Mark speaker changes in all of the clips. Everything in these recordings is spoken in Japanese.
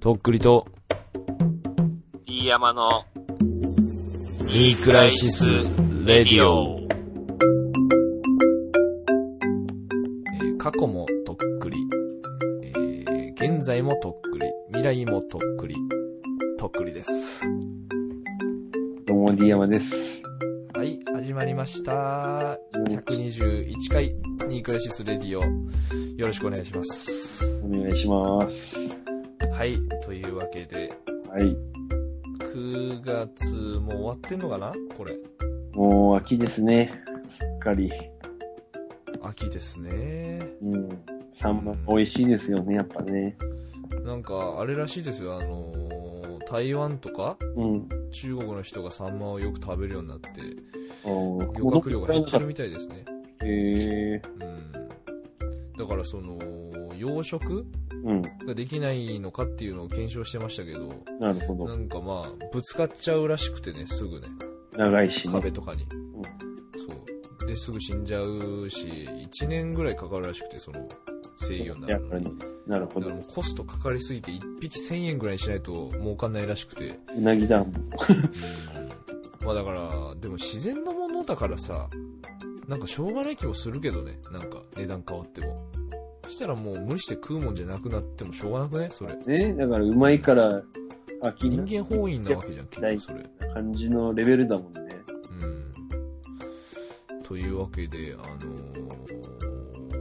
Speaker 1: とっくりと、
Speaker 2: D 山の
Speaker 1: いいクライシス・レディオ。えー過去もとっくり、えー現在もとっくり、未来もとっくり、とっくりです。
Speaker 3: どうも、D 山です。
Speaker 1: はい、始まりました。121回、ニークライシス・レディオ。よろしくお願いします。
Speaker 3: お願いします。
Speaker 1: はい、というわけで、
Speaker 3: はい。
Speaker 1: 9月もう終わってんのかなこれ。
Speaker 3: もう秋ですね。すっかり。
Speaker 1: 秋ですね。
Speaker 3: うん。サンマ美味しいですよね、やっぱね。
Speaker 1: なんか、あれらしいですよ、あのー台湾とか
Speaker 3: うん。
Speaker 1: 中国の人がサンマをよく食べるようになって、
Speaker 3: おー
Speaker 1: 漁獲量が減ってる
Speaker 3: へ
Speaker 1: みたいですね。
Speaker 3: え
Speaker 1: うん。だからその、養殖
Speaker 3: うん。
Speaker 1: ができないのかっていうのを検証してましたけど、
Speaker 3: なるほ
Speaker 1: な
Speaker 3: ど。
Speaker 1: んかまあ、ぶつかっちゃうらしくてね、すぐね、
Speaker 3: 長いしね。
Speaker 1: 壁とかに。そう。で、すぐ死んじゃうし、1年ぐらいかかるらしくて、その、制御にな
Speaker 3: や
Speaker 1: るの
Speaker 3: る
Speaker 1: に
Speaker 3: の。なるほ
Speaker 1: だから
Speaker 3: ど。
Speaker 1: もうコストかかりすぎて1匹1000円ぐらいにしないと儲かんないらしくて。
Speaker 3: うなぎだもん。
Speaker 1: うんまあだから、でも自然のものだからさ、なんかしょうがない気もするけどね、なんか値段変わっても。そしたらもう無理して食うもんじゃなくなってもしょうがなくねそれ。
Speaker 3: ね、だからうまいから、秋
Speaker 1: 人
Speaker 3: の
Speaker 1: 間本位なわけじゃん、結局それ。
Speaker 3: 感じのレベルだもんね。
Speaker 1: うん。というわけで、あのー、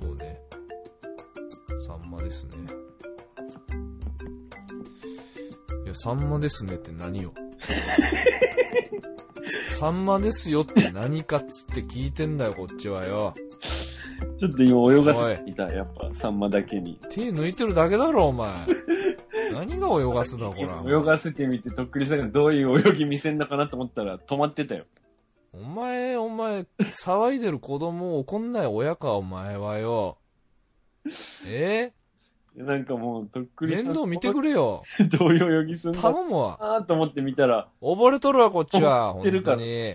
Speaker 1: そうね。サンマですね。いや、サンマですねって何よ。 サンマですよって何かっつって聞いてんだよ、こっちはよ。
Speaker 3: ちょっと今泳がせていた、やっぱ、サンマだけに。
Speaker 1: 手抜いてるだけだろ、お前。何が泳がすだ、こら。
Speaker 3: 泳がせてみて、とっくりさんがどういう泳ぎ見せんのかなと思ったら、止まってたよ。
Speaker 1: お前、お前、騒いでる子供を怒んない親か、お前はよ。え
Speaker 3: なんかもう、とっくりさん。
Speaker 1: 面倒見てくれ よ。
Speaker 3: どういう泳ぎすんだろ
Speaker 1: 頼むわ
Speaker 3: う。なと思って見たら、
Speaker 1: 溺れとるわ、こっちは。
Speaker 3: 溺れて
Speaker 1: 本
Speaker 3: るか
Speaker 1: 当
Speaker 3: ら
Speaker 1: に。い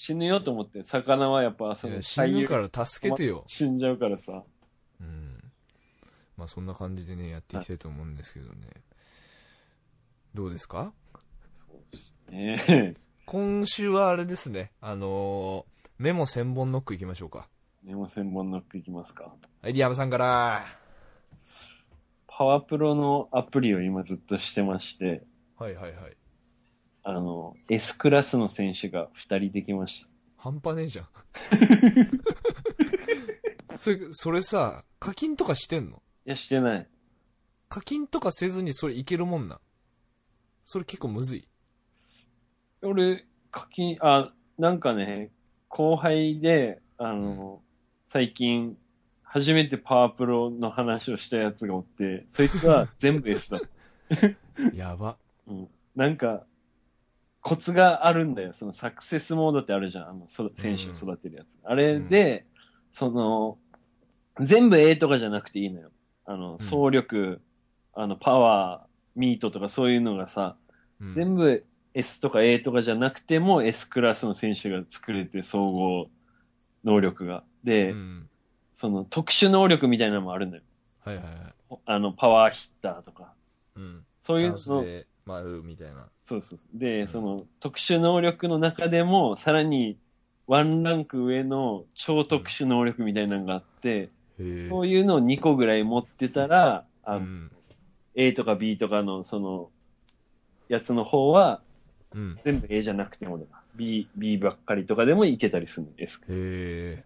Speaker 3: 死ぬよと思って、魚はやっぱ、その、
Speaker 1: や死ぬ
Speaker 3: 大
Speaker 1: から助けてよ。
Speaker 3: 死んじゃうからさ。
Speaker 1: うん。まあ、そんな感じでね、やっていきたいと思うんですけどね。どうですか
Speaker 3: そうですね。
Speaker 1: 今週はあれですね。あのー、メモ千本ノックいきましょうか。
Speaker 3: メモ専門ノックいきますか。
Speaker 1: はい、リアムさんから。
Speaker 3: パワプロのアプリを今ずっとしてまして、
Speaker 1: はいはいはい。
Speaker 3: あの、S クラスの選手が2人できまし
Speaker 1: 半端ねえじゃん。 それ、それさ、課金とかしてんの
Speaker 3: た。いや、してない。
Speaker 1: 課金とかせずにそれいけるもんなんそれ結構むずい。
Speaker 3: 俺、課金、あ、なんかね、後輩で、あの、最近、初めてパワプロの話をしたやつがおって、そいつは全部 S だった。
Speaker 1: やば。
Speaker 3: うんなんか、コツがあるんだよ。そのサクセスモードってあるじゃん。あの、そ選手を育てるやつ。あれで、その、全部 A とかじゃなくていいのよ。あの、総力、あの、パワー、ミートとかそういうのがさ、
Speaker 1: うん
Speaker 3: 全部 S とか A とかじゃなくても S クラスの選手が作れて、総合能力が。で、
Speaker 1: うん。
Speaker 3: その特殊能力みたいなのもあるのよ。
Speaker 1: はいはいはい。
Speaker 3: あの、パワーヒッターとか。
Speaker 1: うん。
Speaker 3: そう
Speaker 1: チ
Speaker 3: いう
Speaker 1: ャ
Speaker 3: の
Speaker 1: ンスで回るみたいな。
Speaker 3: そうそうそう。で、
Speaker 1: うん
Speaker 3: その、特殊能力の中でも、さらに、ワンランク上の超特殊能力みたいなのがあって、
Speaker 1: へ
Speaker 3: そういうのを2個ぐらい持ってたら、あの
Speaker 1: うん。
Speaker 3: A とか B とかの、その、やつの方は、
Speaker 1: うん。へ
Speaker 3: 全部 A じゃなくてもだな B、B ばっかりとかでもいけたりするんです。
Speaker 1: え。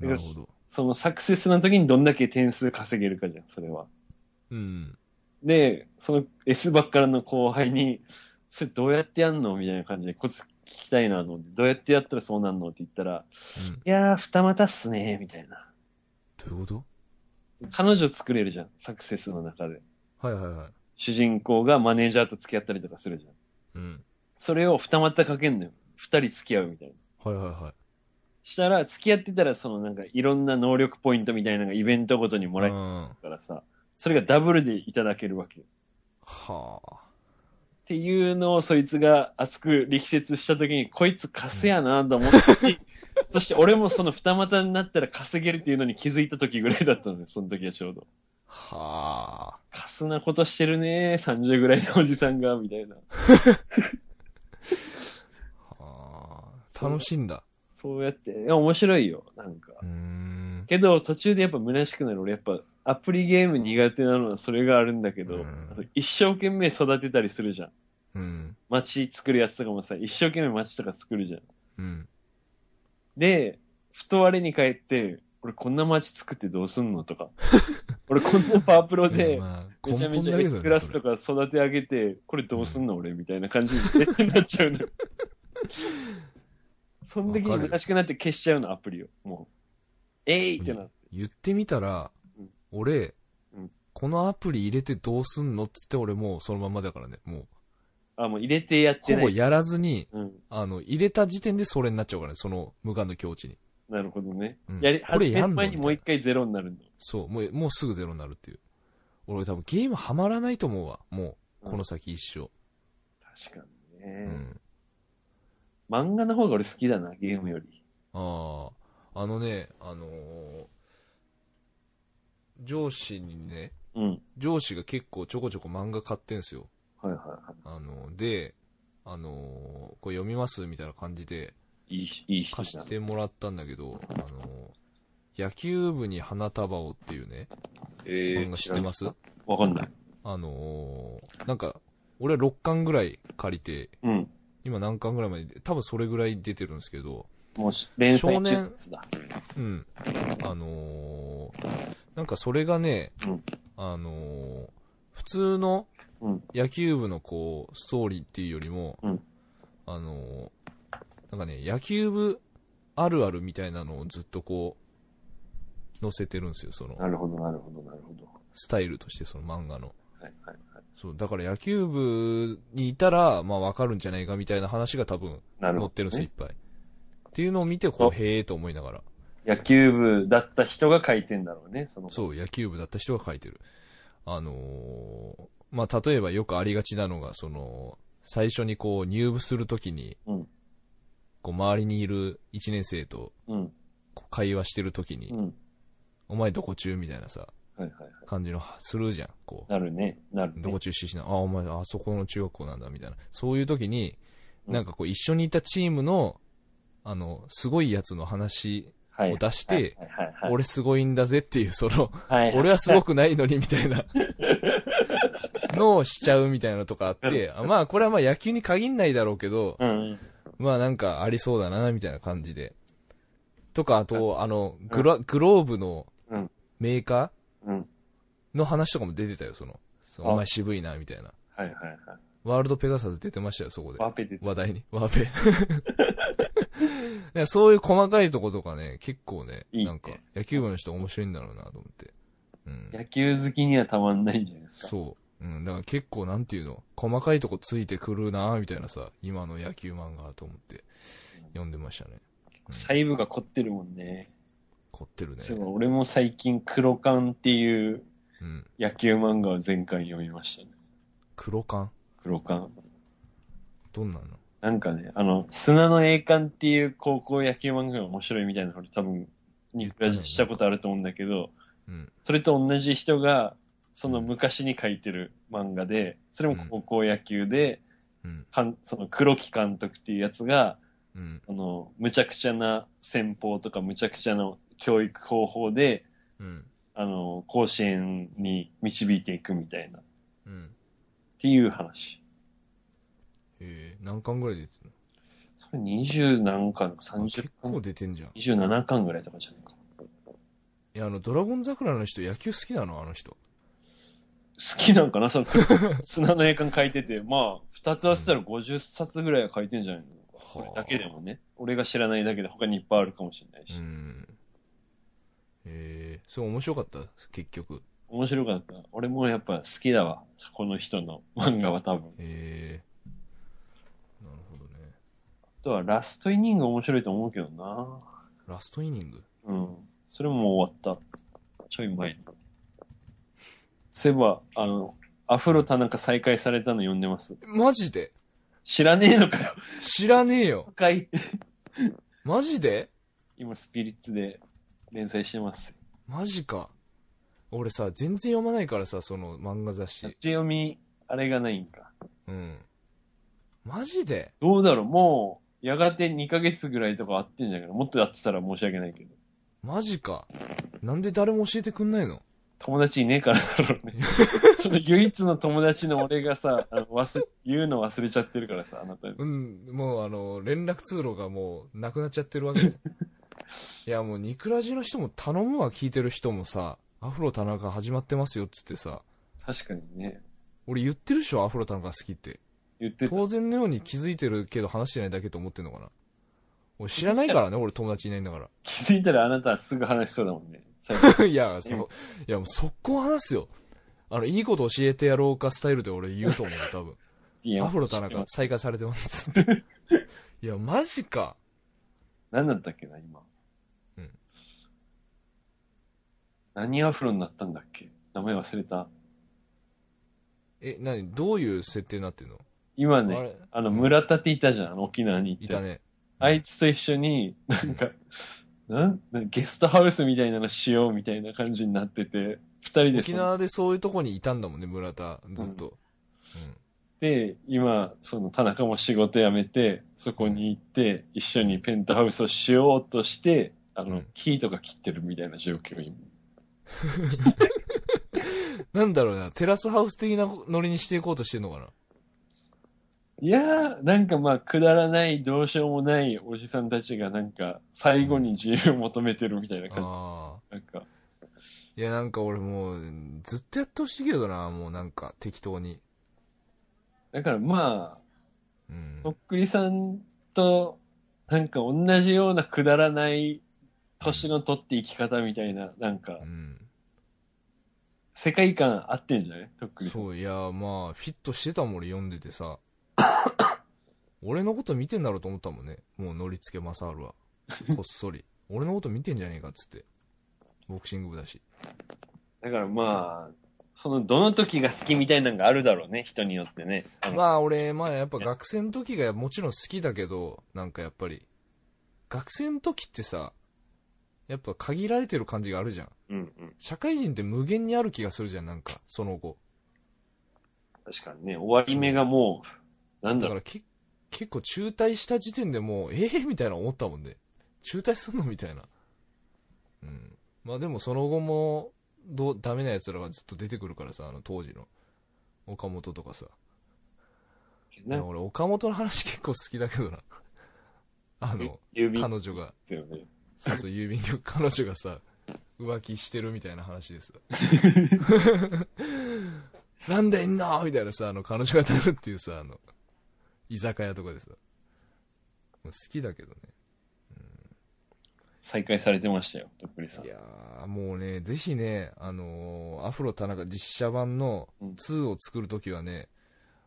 Speaker 1: なるほど。
Speaker 3: そのサクセスの時にどんだけ点数稼げるかじゃん、それは。
Speaker 1: うん。
Speaker 3: で、その S ばっからの後輩に、 それどうやってやんのみたいな感じでコツ聞きたいなと思って、どうやってやったらそうなんのって言ったら、
Speaker 1: うん
Speaker 3: いやー、二股っすねみたいな。
Speaker 1: どういうこと
Speaker 3: 彼女作れるじゃん、サクセスの中で。
Speaker 1: はいはいはい。
Speaker 3: 主人公がマネージャーと付き合ったりとかするじゃん。
Speaker 1: うん。
Speaker 3: それを二股かけんのよ。二人付き合うみたいな。
Speaker 1: はいはいはい。
Speaker 3: したら、付き合ってたら、そのなんかいろんな能力ポイントみたいなのがイベントごとにもらえ
Speaker 1: う
Speaker 3: る
Speaker 1: ん。
Speaker 3: からさ、それがダブルでいただけるわけよ。
Speaker 1: はあ。
Speaker 3: っていうのをそいつが熱く力説した時に、こいつカスやなと 思って、そして俺もその二股になったら稼げるっていうのに気づいた時ぐらいだったので、その時はちょうど。
Speaker 1: はあ。
Speaker 3: かすなことしてるね30ぐらいのおじさんが、みたいな。
Speaker 1: はあ。楽しいんだ。
Speaker 3: そうやって、いや、面白いよ、なんか。
Speaker 1: うーん。
Speaker 3: けど、途中でやっぱ虚しくなる。俺やっぱ、アプリゲーム苦手なのはそれがあるんだけど、
Speaker 1: うん
Speaker 3: あの一生懸命育てたりするじゃん。
Speaker 1: うん。
Speaker 3: 街作るやつとかもさ、一生懸命街とか作るじゃん。
Speaker 1: うん。
Speaker 3: で、ふと我に返って、俺こんな街作ってどうすんの とか。俺こんなパワープロ
Speaker 1: うん
Speaker 3: で、
Speaker 1: まあ、
Speaker 3: めちゃめちゃ
Speaker 1: だけ
Speaker 3: S
Speaker 1: ど
Speaker 3: ク
Speaker 1: ね
Speaker 3: ラ
Speaker 1: そ
Speaker 3: ス
Speaker 1: れ
Speaker 3: とか育て上げて、これどうすんの俺みたいな感じに絶対なっちゃうの。 そん時に虚しくなって消しちゃうの、アプリを。もう。えい、ってなって。
Speaker 1: 言ってみたら
Speaker 3: うん、
Speaker 1: 俺
Speaker 3: うん、
Speaker 1: このアプリ入れてどうすんのっつって俺もうそのまんまだからね。もう、
Speaker 3: あ、もう入れてやっ
Speaker 1: ほ
Speaker 3: てな
Speaker 1: ぼ
Speaker 3: い。
Speaker 1: やらずに、
Speaker 3: うん。
Speaker 1: あの、入れた時点でそれになっちゃうからね。その無我の境地に。
Speaker 3: なるほどね。
Speaker 1: うん
Speaker 3: やり、
Speaker 1: これやんの
Speaker 3: 始める前にもう一回ゼロになるの。
Speaker 1: そう、もう、もうすぐゼロになるっていう。俺多分ゲームハマらないと思うわ。もう、この先一生。
Speaker 3: 確かに
Speaker 1: う
Speaker 3: ね。
Speaker 1: ん。
Speaker 3: 漫画の方が俺好きだな、ゲームより。
Speaker 1: ああ、あのね、あのー上司にね、
Speaker 3: うん。
Speaker 1: 上司が結構ちょこちょこ漫画買ってんすよ。
Speaker 3: はいはいは
Speaker 1: あので、あのーこれ読みますみたいな感じで
Speaker 3: い。いい、いい人
Speaker 1: 貸
Speaker 3: じゃ
Speaker 1: し
Speaker 3: ん。
Speaker 1: てもらったんだけど、あのー野球部に花束をっていうね、
Speaker 3: え
Speaker 1: 漫画知ってます
Speaker 3: わかんない。
Speaker 1: あのーなんか、俺は6巻ぐらい借りて、
Speaker 3: うん。
Speaker 1: 今何巻ぐらいまで、多分それぐらい出てるんですけど、
Speaker 3: もうし、連載中のやつだ。
Speaker 1: うん。あのーなんかそれがね、
Speaker 3: うん
Speaker 1: あのー普通の
Speaker 3: うん
Speaker 1: 野球部のこう、ストーリーっていうよりも、
Speaker 3: うん
Speaker 1: あのーなんかね、野球部あるあるみたいなのをずっとこう、載せてるんですよ、その、
Speaker 3: なるほど、なるほど、なるほど。
Speaker 1: スタイルとして、その漫画の。
Speaker 3: はいはいはい。
Speaker 1: そう、だから野球部にいたら、まあわかるんじゃないかみたいな話が多分
Speaker 3: なる
Speaker 1: 載っ
Speaker 3: ほ
Speaker 1: てる
Speaker 3: ど、
Speaker 1: んですよ、い
Speaker 3: ね
Speaker 1: っ。ぱい。っていうのを見て、こう、へえと思いながら。
Speaker 3: 野球部だった人が書いてんだろうね、その。う。
Speaker 1: そう、野球部だった人が書いてる。あのーまあ、例えばよくありがちなのが、その、最初にこう入部するときに、
Speaker 3: うん
Speaker 1: こう周りにいる1年生と
Speaker 3: うん。
Speaker 1: こう会話してるときに、
Speaker 3: うん。
Speaker 1: お前どこ中みたいなさ、
Speaker 3: はいはいはい。
Speaker 1: 感じのするじゃん、こ
Speaker 3: なるね、なる
Speaker 1: う。ど
Speaker 3: ね
Speaker 1: こ。中出身な、あ、お前あそこの中学校なんだ、みたいな。そういうときに、
Speaker 3: うん
Speaker 1: なんかこう一緒にいたチームの、あの、すごいやつの話
Speaker 3: はい
Speaker 1: を。出して、
Speaker 3: はいはいはい。
Speaker 1: 俺すごいんだぜっていう、その、
Speaker 3: はいはい、
Speaker 1: 俺はすごくないのにみたいなのをしちゃうみたいなのとかあって、あまあこれはまあ野球に限んないだろうけど、
Speaker 3: うん。
Speaker 1: まあなんかありそうだなみたいな感じで。とか、あと、あの、グラ、グローブの
Speaker 3: うん
Speaker 1: メーカ
Speaker 3: うん。
Speaker 1: ーの話とかも出てたよ、その。その
Speaker 3: あ
Speaker 1: お前渋いな、みたいな。
Speaker 3: はいはいはい。
Speaker 1: ワールドペガサス出てましたよ、そこで。
Speaker 3: ワペで
Speaker 1: 話題に。ワーペ。だ からそういう細かいとことかね、結構ね、
Speaker 3: いいね
Speaker 1: なんか、野球部の人面白いんだろうなと思って。うん。
Speaker 3: 野球好きにはたまんないんじゃないですか。
Speaker 1: そう。うん、だから結構なんていうの、細かいとこついてくるなみたいなさ、今の野球漫画と思って読んでましたね。うん
Speaker 3: 細部が凝ってるもんね。
Speaker 1: 凝ってるね。
Speaker 3: そういえば俺も最近黒缶っていう
Speaker 1: うん。
Speaker 3: 野球漫画を全巻読みましたね。
Speaker 1: 黒缶
Speaker 3: 黒缶。
Speaker 1: どんなの
Speaker 3: なんかね、あの、砂の栄冠っていう高校野球漫画が面白いみたいなの俺多分、ニューしたことあると思うんだけど、
Speaker 1: うん。
Speaker 3: それと同じ人が、その昔に書いてる漫画で、それも高校野球で、
Speaker 1: うん。
Speaker 3: かんその黒木監督っていうやつが、
Speaker 1: うん。
Speaker 3: あの、むちゃくちゃな戦法とかむちゃくちゃな教育方法で、
Speaker 1: うん。
Speaker 3: あの、甲子園に導いていくみたいな、っ
Speaker 1: うん。
Speaker 3: ていう話。
Speaker 1: えー、何巻ぐらい出てる
Speaker 3: それ20何巻、
Speaker 1: のあ
Speaker 3: 30
Speaker 1: 結
Speaker 3: 巻
Speaker 1: 構、出てんじゃん。い
Speaker 3: 27巻ぐらいとかじゃないかな。
Speaker 1: や、あの、ドラゴン桜の人野球好きなのあの人。
Speaker 3: 好きなんかな その黒砂の栄冠書いてて、まあ、二つ合わせたら50冊ぐらいは書いてんじゃないのそれだけでもね。俺が知らないだけで他にいっぱいあるかもしれないし。
Speaker 1: うん。えー、それ面白かった結局。
Speaker 3: 面白かった。俺もやっぱ好きだわ。この人の漫画は多分。
Speaker 1: えー、なるほどね。
Speaker 3: あとはラストイニング面白いと思うけどな。
Speaker 1: ラストイニング
Speaker 3: うん。それももう終わった。ちょい前に。そういえば、あの、アフロ田中再開されたの読んでます。
Speaker 1: マジで
Speaker 3: 知らねえのかよ。
Speaker 1: 知らねえよ。
Speaker 3: 深い。
Speaker 1: マジで
Speaker 3: 今スピリッツで連載してます。
Speaker 1: マジか。俺さ、全然読まないからさ、その漫画雑誌
Speaker 3: 立。ち読み、あれがないんか。
Speaker 1: うん。マジで
Speaker 3: どうだろうもう、やがて2ヶ月ぐらいとかあってんじゃないかな。もっとやってたら申し訳ないけど。
Speaker 1: マジか。なんで誰も教えてくんないの
Speaker 3: 友達いねえからだろ うね。その唯一の友達の俺がさ、あの忘れ言うの忘れちゃってるからさ、あなたに。
Speaker 1: うん、もうあの、連絡通路がもうなくなっちゃってる わけで。いやもう、ニクラジの人も頼むわ、聞いてる人もさ、アフロ田中始まってますよっつってさ、
Speaker 3: 確かにね。
Speaker 1: 俺言ってるでしょ、アフロ田中好きって。
Speaker 3: 言ってた。
Speaker 1: 当然のように気づいてるけど話してないだけと思ってんのかな。俺知らないからね、俺友達いないんだか
Speaker 3: 気づいたらあなたはすぐ話しそうだもんね。最近
Speaker 1: ら。いや、そううんいやもう速攻話すよ。あの、いいこと教えてやろうかスタイルで俺言うと思うよ、多分。
Speaker 3: DM
Speaker 1: アフロ田中再開されてますって。 いや、マジか。
Speaker 3: 何だったっけな、今。
Speaker 1: うん。
Speaker 3: 何アフロになったんだっけ名前忘れた。
Speaker 1: え、なに、どういう設定になってんの
Speaker 3: 今
Speaker 1: あ
Speaker 3: ね、
Speaker 1: れ
Speaker 3: あの、村田っていたじゃん、あの沖縄に行って。
Speaker 1: いたね。
Speaker 3: あいつと一緒に、なんか、なんなんゲストハウスみたいなのしようみたいな感じになってて、二人で
Speaker 1: 沖
Speaker 3: そ
Speaker 1: 縄でそういうとこにいたんだもんね、村田、ずっと。
Speaker 3: で、今、その田中も仕事辞めて、そこに行って、一緒にペントハウスをしようとして、あの、
Speaker 1: うん
Speaker 3: 木とか切ってるみたいな状況に。
Speaker 1: なんだろうな、テラスハウス的なノリにしていこうとしてんのかな。
Speaker 3: いやー、なんかまあ、くだらない、どうしようもないおじさんたちがなんか、最後に自由を求めてるみたいな感
Speaker 1: ああ。
Speaker 3: じ。なんか、
Speaker 1: いや、なんか俺もう、ずっとやってほしいけどな、もうなんか、適当に。
Speaker 3: だからまあ、
Speaker 1: うん
Speaker 3: と。っくりさんと、なんか同じようなくだらない年の取って生き方みたいな、なんか
Speaker 1: う、ん。
Speaker 3: 世界観合ってんじゃないとっくりさん。
Speaker 1: そう、いや、まあ、フィットしてたもん、俺読んでて さ。俺のこと見てんだろうと思ったもんね。もう、乗り付け正治は。こっそり。俺のこと見てんじゃねえかっつって。ボクシング部だし。
Speaker 3: だからまあ、その、どの時が好きみたいなのがあるだろうね、人によってね。あの
Speaker 1: まあ俺、まあやっぱ学生の時がもちろん好きだけど、なんかやっぱり、学生の時ってさ、やっぱ限られてる感じがあるじゃん。
Speaker 3: うんうん。
Speaker 1: 社会人って無限にある気がするじゃん、なんか、その後。
Speaker 3: 確かにね、終わり目がもう、なんだ
Speaker 1: だか
Speaker 3: ろう、
Speaker 1: らけ結構中退した時点でもう、ええみたいな思ったもんで、中退すんのみたいな。うん。まあでもその後も、どう、ダメな奴らがずっと出てくるからさ、あの当時の。岡本とかさ。い
Speaker 3: な
Speaker 1: や
Speaker 3: んか
Speaker 1: 俺、岡本の話結構好きだけどな。 あの、
Speaker 3: 郵便で
Speaker 1: 彼女が。
Speaker 3: すよね。
Speaker 1: そうそう、郵便局、彼女がさ、浮気してるみたいな話 です。なんでいんのみたいなさ、あの、彼女がなるっていうさ、あの、居酒屋とかでさ。もう好きだけどね。
Speaker 3: 再開されてましたよ、とっくりさん
Speaker 1: い。やー、もうね、ぜひね、あのーアフロ田中実写版の
Speaker 3: うん
Speaker 1: 2を作るときはね、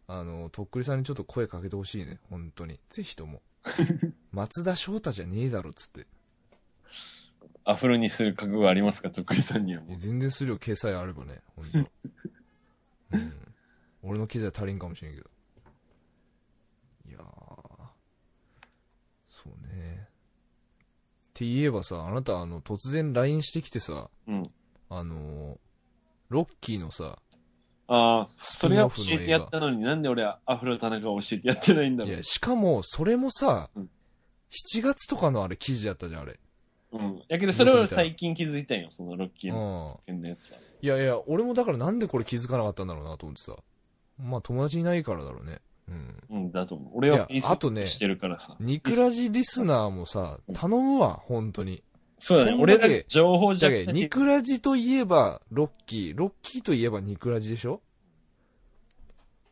Speaker 1: あのーとっくりさんにちょっと声かけてほしいね、本当に。ぜひと も。松田翔太じゃねえだろ、つって。
Speaker 3: アフロにする覚悟はありますか、とっくりさんにはも
Speaker 1: いうや。全然するよ、掲載あればね、ほ んと。うん、俺の記事は足りんかもしれんけど。いやー。そうね。って言えばさ、あなた、あの、突然 LINE してきてさ、
Speaker 3: うん。
Speaker 1: あのーロッキーのさ、
Speaker 3: ああ、それは教
Speaker 1: スピンオフ
Speaker 3: え
Speaker 1: の
Speaker 3: て
Speaker 1: 映
Speaker 3: や
Speaker 1: 画
Speaker 3: ったのになんで俺はアフロ田中を教えてやってないんだ
Speaker 1: い
Speaker 3: ろう
Speaker 1: や、。しかも、それもさ、
Speaker 3: うん
Speaker 1: 7月とかのあれ記事やったじゃん、あれ。
Speaker 3: うん。やけどそれは最近気づいたんよ、そのロッキー
Speaker 1: う
Speaker 3: の
Speaker 1: ん。
Speaker 3: 件のやつは。
Speaker 1: いやいや、俺もだからなんでこれ気づかなかったんだろうなと思ってさ。まあ、友達いないからだろうね。うん。
Speaker 3: うん、だと思う。俺はい
Speaker 1: や
Speaker 3: Facebook
Speaker 1: あとね
Speaker 3: してるからさ。
Speaker 1: ニクラジリスナーもさ、頼むわ、本当に。
Speaker 3: そうだね。
Speaker 1: こんだ
Speaker 3: 俺
Speaker 1: け
Speaker 3: だけ情報じ
Speaker 1: じ
Speaker 3: ゃ
Speaker 1: ゃけ、ニクラジといえば、ロッキー、ロッキーといえばニクラジでしょ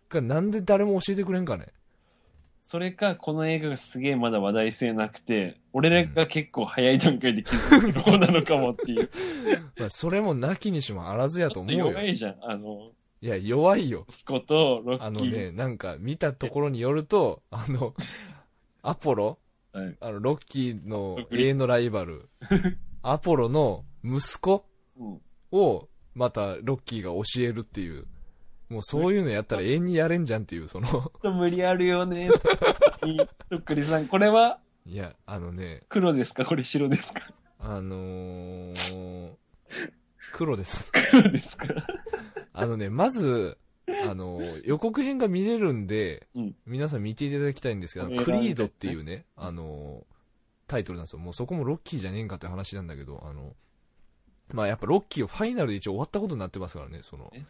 Speaker 1: が、なんで誰も教えてくれんかね。
Speaker 3: それか、この映画がすげえまだ話題性なくて、俺らが結構早い段階で気づく方なのかもって いう。
Speaker 1: まあ、それもなきにしもあらずやと思うよ。
Speaker 3: 弱いじゃん。あの、
Speaker 1: いや、弱いよ。
Speaker 3: 息子とロ
Speaker 1: あ
Speaker 3: ッ
Speaker 1: の
Speaker 3: キー。
Speaker 1: ね、なんか、見たところによると、 あの、アポロ、
Speaker 3: はい
Speaker 1: あの、ロッキーの永遠のライバ ル、アポロの息子
Speaker 3: うん。
Speaker 1: を、また、ロッキーが教えるっていう。もうそういうのやったら永遠にやれんじゃんっていう、その、
Speaker 3: ちょっと無理あるよね。とっくりさん、これはい
Speaker 1: や、あのね、
Speaker 3: 黒ですかこれ白ですか
Speaker 1: あのー、黒です。
Speaker 3: 黒ですか
Speaker 1: あのね、まず、あの、予告編が見れるんで、
Speaker 3: うん
Speaker 1: 皆さん見ていただきたいんですけど、
Speaker 3: 映画
Speaker 1: クリードっていうね、あの、タイトルなんですよ。もうそこもロッキーじゃねえんかって話なんだけど、あの、まあやっぱロッキーをファイナルで一応終わったことになってますからね、その
Speaker 3: ね。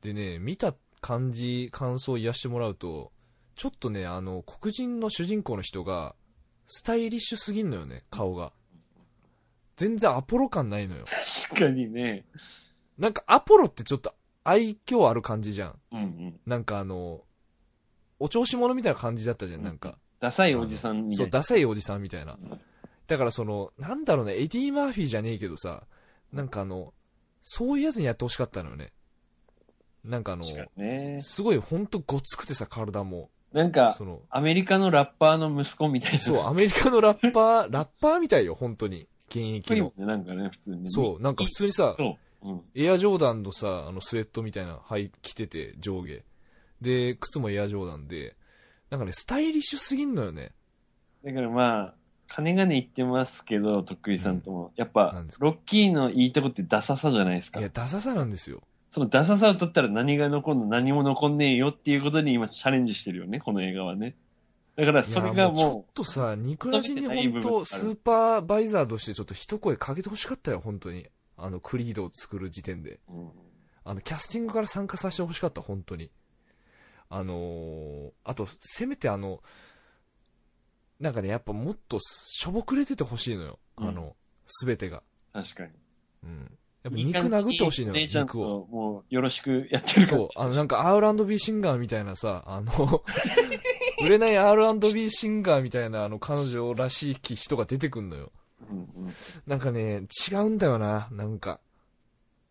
Speaker 1: でね、見た感じ、感想を言わしてもらうと、ちょっとね、あの、黒人の主人公の人が、スタイリッシュすぎんのよね、顔が。全然アポロ感ないのよ。
Speaker 3: 確かにね。
Speaker 1: なんかアポロってちょっと愛嬌ある感じじゃん。
Speaker 3: うんうん。
Speaker 1: なんかあの、お調子者みたいな感じだったじゃん、なんか。
Speaker 3: ダサいおじさんみた
Speaker 1: そ、
Speaker 3: いうな。
Speaker 1: ダサいおじさんみたいな
Speaker 3: うん。
Speaker 1: だからその、なんだろうね、エディ・マーフィーじゃねえけどさ、なんかあの、そういうやつにやってほしかったのよね。なんかあの、
Speaker 3: 確かにね。
Speaker 1: すごいほんとごつくてさ、体も。
Speaker 3: なんか
Speaker 1: そ、の、
Speaker 3: アメリカのラッパーの息子みたいな。
Speaker 1: そう、アメリカのラッパー、ラッパーみたいよ、本当に。現役
Speaker 3: プリ
Speaker 1: の
Speaker 3: も。ね、なんかね、普通にね。
Speaker 1: そう、なんか普通にさ、
Speaker 3: そう。うん。
Speaker 1: エアジョーダンのさ、あのスウェットみたいな、はい、着てて、上下。で、靴もエアジョーダンで、なんかね、スタイリッシュすぎんのよね。
Speaker 3: だからまあ、金がね言ってますけど、とっくりさんとも。やっぱ
Speaker 1: 何です、か
Speaker 3: ロッキーのいいとこってダサさじゃないですか
Speaker 1: いや、。ダサさなんですよ。
Speaker 3: そのダサさを取ったら何が残んの何も残んねえよっていうことに今チャレンジしてるよね、この映画はね。だからそれ
Speaker 1: いや
Speaker 3: が
Speaker 1: ちょ
Speaker 3: も
Speaker 1: っとさ、ニクラジに
Speaker 3: 求めてな
Speaker 1: 本
Speaker 3: い部分があ
Speaker 1: 当
Speaker 3: る
Speaker 1: スーパーバイザーとしてちょっと一声かけてほしかったよ、本当に。あの、クリードを作る時点で。
Speaker 3: う、うん
Speaker 1: あの、キャスティングから参加させてほしかった、本当に。あのーあと、せめてあの、なんかね、やっぱもっとしょぼくれててほしいのよ。あの、すべてが。
Speaker 3: 確かに。
Speaker 1: うん。やっぱ肉殴ってほしいのよ、
Speaker 3: 姉ちゃん
Speaker 1: 肉を。
Speaker 3: ともうよろしくやってるから
Speaker 1: そう、あの、なんか R&B シンガーみたいなさ、あの、 売れない R&B シンガーみたいな、あの、彼女らしい人が出てくんのよ。
Speaker 3: うんうん
Speaker 1: なんかね、違うんだよな、なんか。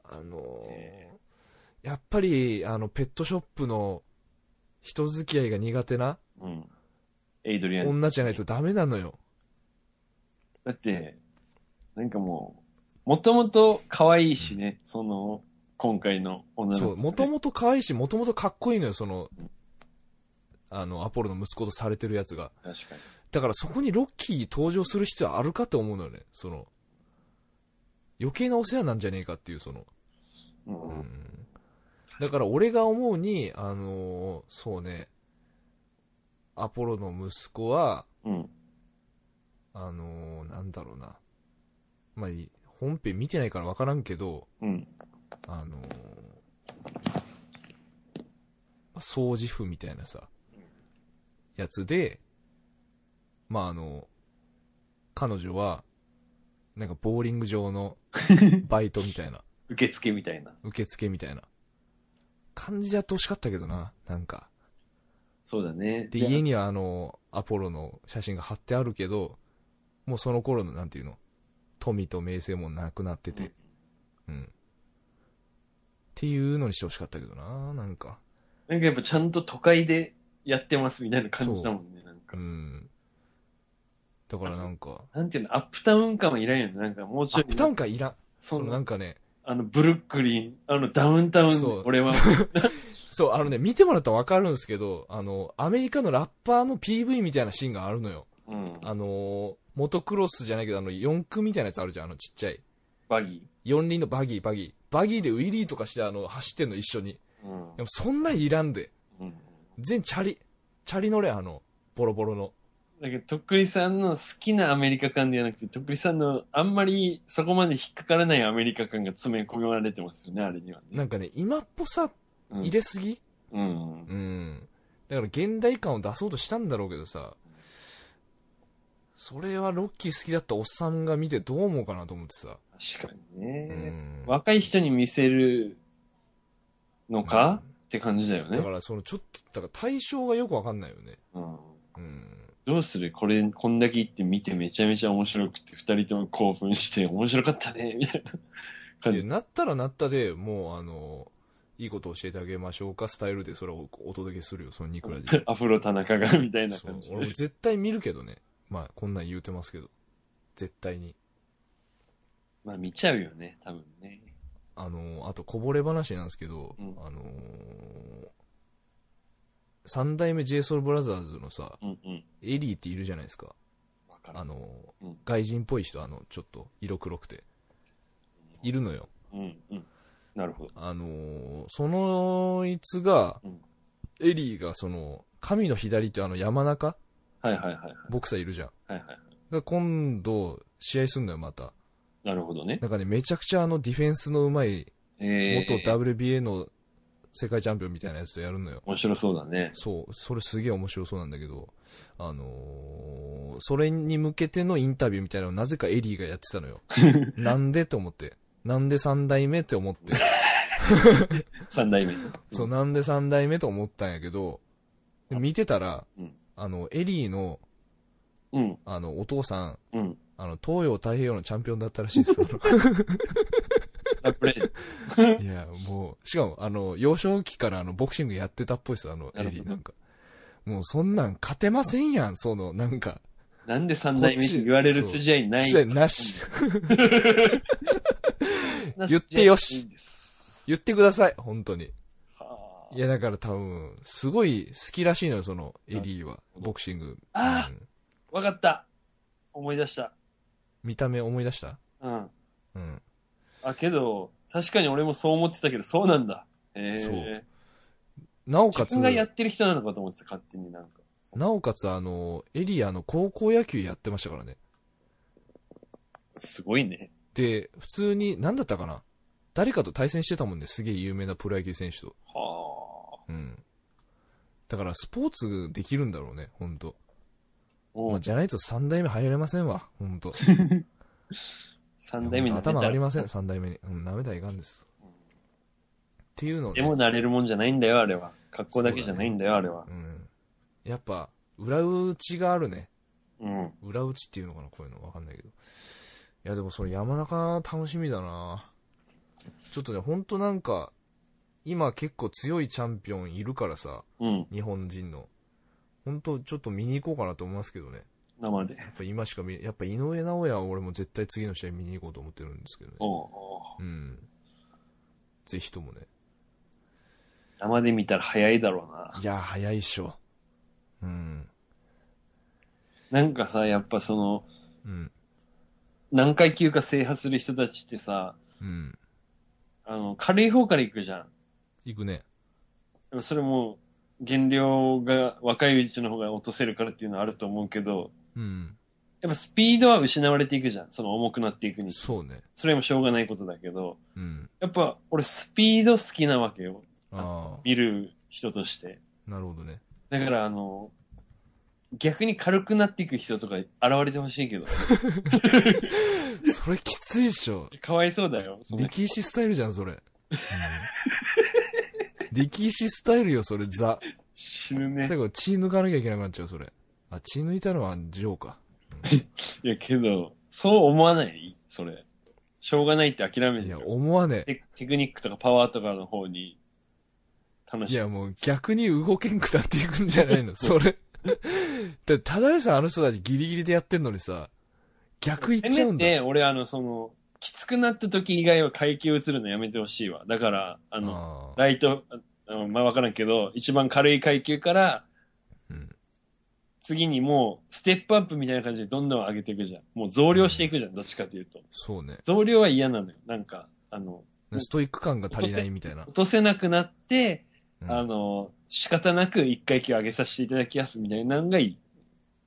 Speaker 1: あの
Speaker 3: え
Speaker 1: やっぱり、あの、ペットショップの人付き合いが苦手な
Speaker 3: うん。エイドリアン。
Speaker 1: 女じゃないとダメなのよ。
Speaker 3: だって、なんかもう、もともと可愛いしね、その、今回の女の子、
Speaker 1: そう、もと
Speaker 3: も
Speaker 1: もと可愛いし、もともとかっこいいのよ、その
Speaker 3: うん、
Speaker 1: あの、アポロの息子とされてるやつが。
Speaker 3: 確かに。
Speaker 1: だからそこにロッキー登場する必要あるかって思うのよね。その、余計なお世話なんじゃねえかっていう、その。
Speaker 3: うん
Speaker 1: う
Speaker 3: うん
Speaker 1: ん。だから俺が思うに、あのーそうね、アポロの息子は、
Speaker 3: うん。
Speaker 1: あのーなんだろうな。まあいい、本編見てないからわからんけど、
Speaker 3: うん。
Speaker 1: あのーまあ掃除婦みたいなさ、やつで、まああの、彼女は、なんかボーリング場のバイトみたいな、
Speaker 3: 受付みたいな。
Speaker 1: 受付みたいな感じでやってほしかったけどな、なんか。
Speaker 3: そうだね。
Speaker 1: で、家にはあの、アポロの写真が貼ってあるけど、もうその頃の、なんていうの、富と名声もなくなってて、うん。っていうのにしてほしかったけどな、なんか。
Speaker 3: なんかやっぱちゃんと都会でやってますみたいな感じだもんね、なん
Speaker 1: う
Speaker 3: か。
Speaker 1: ん。だからなんか、
Speaker 3: なんていうの、アップタウン感はいらんよね。なんかもう
Speaker 1: ア
Speaker 3: ちょい。
Speaker 1: ップタウン感いらん。
Speaker 3: そ
Speaker 1: そのな
Speaker 3: の
Speaker 1: んかね、
Speaker 3: あの、ブルックリン、あの、ダウンタウン
Speaker 1: そう、
Speaker 3: 俺は。
Speaker 1: そう、あのね、見てもらったらわかるんですけど、あの、アメリカのラッパーの PV みたいなシーンがあるのよ。
Speaker 3: うん。
Speaker 1: あのーモトクロスじゃないけど、あの、四駆みたいなやつあるじゃん、あのちっちゃい。
Speaker 3: バギ
Speaker 1: 四輪のバギー、バギー。バギーでウィリーとかして、あの、走ってんの、一緒に。
Speaker 3: ー。うん
Speaker 1: でも、そんなんいらんで。
Speaker 3: うん。
Speaker 1: 全チャリ。チャリ乗れ、あの、ボロボロの。
Speaker 3: だけど、とっくりさんの好きなアメリカ感ではなくて、とっくりさんのあんまりそこまで引っかからないアメリカ感が詰め込まれてますよね、あれにはね。
Speaker 1: なんかね、今っぽさ、
Speaker 3: うん
Speaker 1: 入れすぎ、
Speaker 3: うん。
Speaker 1: うん。だから現代感を出そうとしたんだろうけどさ、それはロッキー好きだったおっさんが見てどう思うかなと思ってさ。
Speaker 3: 確かに
Speaker 1: う
Speaker 3: ね。
Speaker 1: ん
Speaker 3: 若い人に見せるのか、って感じだよ
Speaker 1: だ
Speaker 3: ね
Speaker 1: か。らそのちょっと、だから対象がよくわかんないよね。
Speaker 3: うん。
Speaker 1: うん。
Speaker 3: どうするこれ、こんだけ言って見てめちゃめちゃ面白くて、二人とも興奮して面白かったね、みたいな感
Speaker 1: で
Speaker 3: じ。
Speaker 1: なったらなったで、もうあの、いいこと教えてあげましょうか、スタイルでそれをお届けするよ、そのニクラ ジ。
Speaker 3: アフロ田中が、みたいな
Speaker 1: そう
Speaker 3: 感じ
Speaker 1: 俺も
Speaker 3: で。
Speaker 1: 絶対見るけどね。まあ、こんなん言うてますけど。絶対に。
Speaker 3: まあ見ちゃうよね、多分ね。
Speaker 1: あの、あとこぼれ話なんですけど、
Speaker 3: うん
Speaker 1: あのー三代目 JSOULBROTHERS のさ、
Speaker 3: うんうん。
Speaker 1: エリーっているじゃないですか。
Speaker 3: わか
Speaker 1: あ
Speaker 3: る。
Speaker 1: のー
Speaker 3: うん
Speaker 1: 外人っぽい人、あの、ちょっと色黒くて。いるのよ。
Speaker 3: うん、うん。なるほど。
Speaker 1: あのーそのいつが
Speaker 3: うん、
Speaker 1: エリーがその、神の左ってあの山中
Speaker 3: はいはいはいはい。
Speaker 1: ボクサーいるじゃん。
Speaker 3: はいはいはい。
Speaker 1: が今度、試合すんのよ、また。
Speaker 3: なるほどね。
Speaker 1: なんかね、めちゃくちゃあのディフェンスのうまい、
Speaker 3: え
Speaker 1: 元
Speaker 3: ー、
Speaker 1: WBA の世界チャンピオンみたいなやつとやるのよ。
Speaker 3: 面白そうだね。
Speaker 1: そう、それすげえ面白そうなんだけど、あのーそれに向けてのインタビューみたいなのをなぜかエリーがやってた のよ。なんでと思って。なんで三代目って思って。
Speaker 3: 三代目。
Speaker 1: そう、なんで三代目と思ったんやけど、で見てたら、
Speaker 3: うん
Speaker 1: あの、エリーの、
Speaker 3: うん、
Speaker 1: あの、お父さん、
Speaker 3: うん。
Speaker 1: あの、東洋太平洋のチャンピオンだったらしいで す。あ
Speaker 3: スタープレイ。
Speaker 1: のいや、もう、しかも、あの、幼少期からあの、ボクシングやってたっぽいです、あの、
Speaker 3: な
Speaker 1: エ
Speaker 3: るほど
Speaker 1: リーなんか。もう、そんなん勝てませんやん、その、なんか。
Speaker 3: なんで三代目って言われる筋合いない
Speaker 1: 癖なし。
Speaker 3: そんな
Speaker 1: 言ってよし
Speaker 3: 筋合いないんです
Speaker 1: 言ってください、本当に。
Speaker 3: はあ
Speaker 1: いや、だから多分、すごい好きらしいのよ、その、エリーは。
Speaker 3: ど
Speaker 1: ボクシング。
Speaker 3: あ
Speaker 1: うん
Speaker 3: わかった。思い出した。
Speaker 1: 見た目思い出した
Speaker 3: うん。
Speaker 1: うん。
Speaker 3: あ、けど、確かに俺もそう思ってたけど、そうなんだ。へえ。
Speaker 1: そうなお
Speaker 3: 自
Speaker 1: かつ
Speaker 3: 分、がやってる人なのかと思ってた、勝手になんか。
Speaker 1: なおかつ、あの、エリアの高校野球やってましたからね。
Speaker 3: すごいね。
Speaker 1: で、普通に、なんだったかな誰かと対戦してたもんね、すげえ有名なプロ野球選手と。
Speaker 3: はあ。
Speaker 1: うん。だから、スポーツできるんだろうね、ほんと。
Speaker 3: も
Speaker 1: ま
Speaker 3: う
Speaker 1: あ、、じゃないと三代目入れませんわ、ほんと。
Speaker 3: 三代目になれたら
Speaker 1: 頭ありません、三代目に。うん、舐めたらいかんです。っていうのをね
Speaker 3: でもなれるもんじゃないんだよ、あれは。格好だけじゃないんだよ、あれは
Speaker 1: う。ん。やっぱ、裏打ちがあるね。
Speaker 3: うん。
Speaker 1: 裏打ちっていうのかな、こういうの。わかんないけど。いや、でもそれ山中楽しみだなちょっとね、ほんとなんか、今結構強いチャンピオンいるからさ、
Speaker 3: うん。
Speaker 1: 日本人の。ほんと、ちょっと見に行こうかなと思いますけどね。
Speaker 3: 生で。
Speaker 1: やっぱ今しか見、やっぱ井上尚弥は俺も絶対次の試合見に行こうと思ってるんですけどね。
Speaker 3: おうおう
Speaker 1: うん。ぜひともね。
Speaker 3: 生で見たら早いだろうな。
Speaker 1: いや、早いっしょ。うん。
Speaker 3: なんかさ、やっぱその、
Speaker 1: うん。
Speaker 3: 何階級か制覇する人たちってさ、
Speaker 1: うん。
Speaker 3: あの、軽い方から行くじゃん。
Speaker 1: 行くね。
Speaker 3: でもそれも、減量が若いうちの方が落とせるからっていうのはあると思うけど、
Speaker 1: うん。
Speaker 3: やっぱスピードは失われていくじゃん。その重くなっていくに。
Speaker 1: そうね。
Speaker 3: それもしょうがないことだけど、
Speaker 1: うん。
Speaker 3: やっぱ俺スピード好きなわけよ。
Speaker 1: あ
Speaker 3: 見る人として。
Speaker 1: あ、なるほどね。
Speaker 3: だからあの、逆に軽くなっていく人とか現れてほしいけど、
Speaker 1: それきついっしょ。
Speaker 3: かわいそうだよ。その
Speaker 1: 力石スタイルじゃん、そ れ。うん、力石スタイルよ、それ、ザ。
Speaker 3: 死ぬね
Speaker 1: 最。後、血抜かなきゃいけなくなっちゃう、それ。あ、血抜いたのは、ジョーか。
Speaker 3: いやけど、そう思わないそれ。しょうがないって諦め
Speaker 1: い
Speaker 3: て
Speaker 1: や、
Speaker 3: る
Speaker 1: 思わねえ。
Speaker 3: テテクニックとかパワーとかの方に、楽
Speaker 1: い
Speaker 3: しい
Speaker 1: や、。もう逆に動けんくなっていくんじゃない の、それ。だただでさ、あの人たちギリギリでやってんのにさ、逆いっちゃ
Speaker 3: せ
Speaker 1: う
Speaker 3: め
Speaker 1: んだ。
Speaker 3: て、俺あの、その、きつくなった時以外は階級移るのやめてほしいわ。だから、あの、
Speaker 1: ああ
Speaker 3: ライト、あのまあ、わからんけど、一番軽い階級から、
Speaker 1: うん
Speaker 3: 次にもう、ステップアップみたいな感じでどんどん上げていくじゃん。もう増量していくじゃん、どっちかというと。
Speaker 1: そうね。
Speaker 3: 増量は嫌なのよ。なんか、あの、
Speaker 1: ストイック感が足りないみたいな
Speaker 3: 落。とせなくなって、
Speaker 1: うん
Speaker 3: あの、仕方なく一階級上げさせていただきやすみたいなのがいい。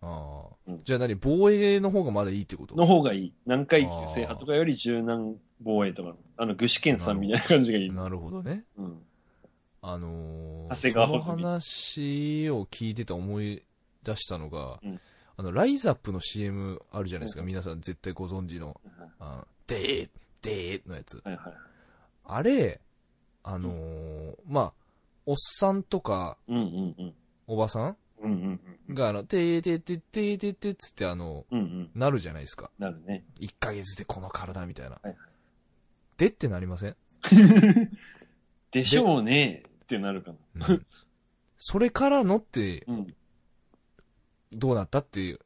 Speaker 1: ああ
Speaker 3: うん
Speaker 1: じゃあ何防衛の方がまだいいってこと
Speaker 3: の方がいい。何階級制覇とかより柔軟防衛とかの、あの、具志堅さんみたいな感じがいい。
Speaker 1: なるほどね。
Speaker 3: うん。
Speaker 1: あのー
Speaker 3: 長谷川穂積
Speaker 1: その話を聞いてて思い出したのが、
Speaker 3: うん
Speaker 1: あの、ライザップの CM あるじゃないですか。
Speaker 3: うん
Speaker 1: 皆さん絶対ご存知の、
Speaker 3: は
Speaker 1: あでー、でーのやつ。
Speaker 3: いはい。
Speaker 1: あれ、あのーまあ、おっさんとか、
Speaker 3: うんうんうん。
Speaker 1: おばさ
Speaker 3: うんうんうんん。
Speaker 1: が、あの、てーてーてーてーてーてーつって、あの、
Speaker 3: うんうん。
Speaker 1: なるじゃないですか。
Speaker 3: なるね。
Speaker 1: 1ヶ月でこの体みたいな。
Speaker 3: いはい
Speaker 1: でってなりません
Speaker 3: でしょうねってなるかな。
Speaker 1: うんそれからのって
Speaker 3: うん。
Speaker 1: どうなったっていう、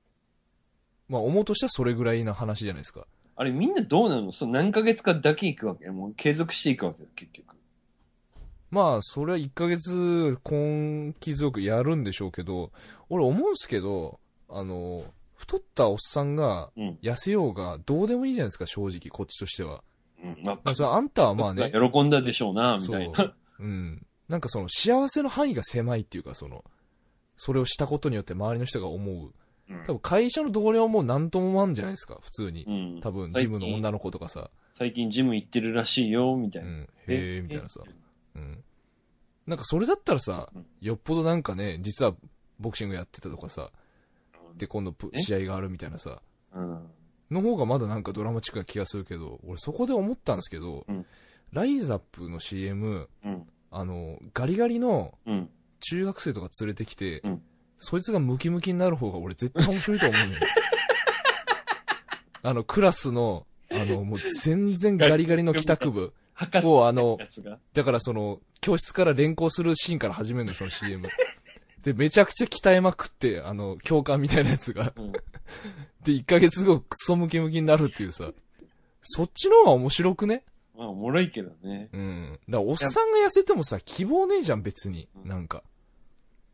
Speaker 1: まあ思うとしたらそれぐらいな話じゃないですか。
Speaker 3: あれみんなどうなのその何ヶ月かだけ行くわけもう継続していくわけだ、結局。
Speaker 1: まあそれは1ヶ月根気強くやるんでしょうけど、俺思うんすけど、あの、太ったおっさんが
Speaker 3: うん。
Speaker 1: 痩せようがどうでもいいじゃないですか、正直こっちとしては。
Speaker 3: ううん、ま
Speaker 1: まあ、それはあんたはまあ ね、
Speaker 3: 喜んだでしょうな、み
Speaker 1: そ
Speaker 3: たいうな。。
Speaker 1: うん。なんかその幸せの範囲が狭いっていうか、その、それをしたことによって周りの人が思う。
Speaker 3: うん
Speaker 1: 多分会社の同僚も何とも思わんじゃないですか、普通に。
Speaker 3: うん
Speaker 1: 多分、
Speaker 3: 最
Speaker 1: ジ
Speaker 3: 近
Speaker 1: ムの女の子とかさ。
Speaker 3: 最近ジム行ってるらしいよ、みた
Speaker 1: う
Speaker 3: いな。
Speaker 1: ん。へえ、みたいなさ。
Speaker 3: え
Speaker 1: うん。なんかそれだったらさ
Speaker 3: うん、
Speaker 1: よっぽどなんかね、実はボクシングやってたとかさ、で今度プ
Speaker 3: え
Speaker 1: 試合があるみたいなさ、
Speaker 3: うん。
Speaker 1: の方がまだなんかドラマチックな気がするけど、俺そこで思ったんですけど、
Speaker 3: うん
Speaker 1: ライザップの CM、
Speaker 3: うん。
Speaker 1: あの、ガリガリの
Speaker 3: うん。
Speaker 1: 中学生とか連れてきて、
Speaker 3: うん
Speaker 1: そいつがムキムキになる方が俺絶対面白いと思 うのよ。あの、クラスの、あの、もう全然ガリガリの帰宅部
Speaker 3: 博士
Speaker 1: を、あの
Speaker 3: の、やつが。
Speaker 1: だからその、教室から連行するシーンから始めるの、その CM。で、 めちゃくちゃ鍛えまくって、あの、教官みたいなやつが。
Speaker 3: うん。
Speaker 1: で、1ヶ月後、クソムキムキになるっていうさ。そっちの方が面白くね
Speaker 3: まあ、おもろいけどね。
Speaker 1: うん。だから、おっさんが痩せてもさ、希望ねえじゃん、別に。なんか。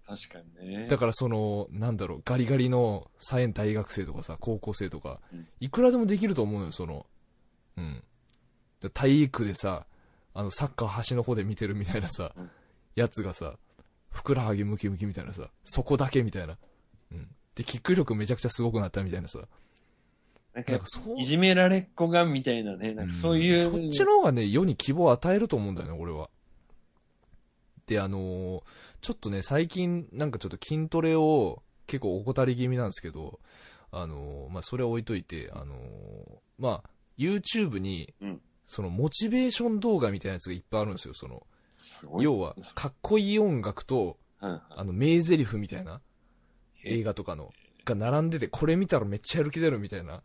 Speaker 3: 確かにね。
Speaker 1: だから、その、なんだろう、ガリガリの、サイエン大学生とかさ、高校生とか
Speaker 3: うん、
Speaker 1: いくらでもできると思うのよ、その。うん。だから体育でさ、あの、サッカー端の方で見てるみたいなさ
Speaker 3: うん、
Speaker 1: やつがさ、ふくらはぎムキムキみたいなさ、そこだけみたいな。うん。で、キック力めちゃくちゃすごくなったみたいなさ。
Speaker 3: なんか
Speaker 1: なん
Speaker 3: やっ
Speaker 1: か
Speaker 3: ぱ、
Speaker 1: そう
Speaker 3: いじめられっ子が、みたいなね。なんかそういう。
Speaker 1: そっちの方がね、世に希望を与えると思うんだよね、俺は。で、あのーちょっとね、最近、なんかちょっと筋トレを結構怠り気味なんですけど、あのーまあ、それは置いといて、あのーまあ、YouTube に
Speaker 3: うん、
Speaker 1: そのモチベーション動画みたいなやつがいっぱいあるんですよ、その、
Speaker 3: すごい。
Speaker 1: 要は、かっこいい音楽と、
Speaker 3: うん。
Speaker 1: あの、名台詞みたいな、
Speaker 3: へ
Speaker 1: 映画とかの、が並んでて、これ見たらめっちゃやる気出るみたい な。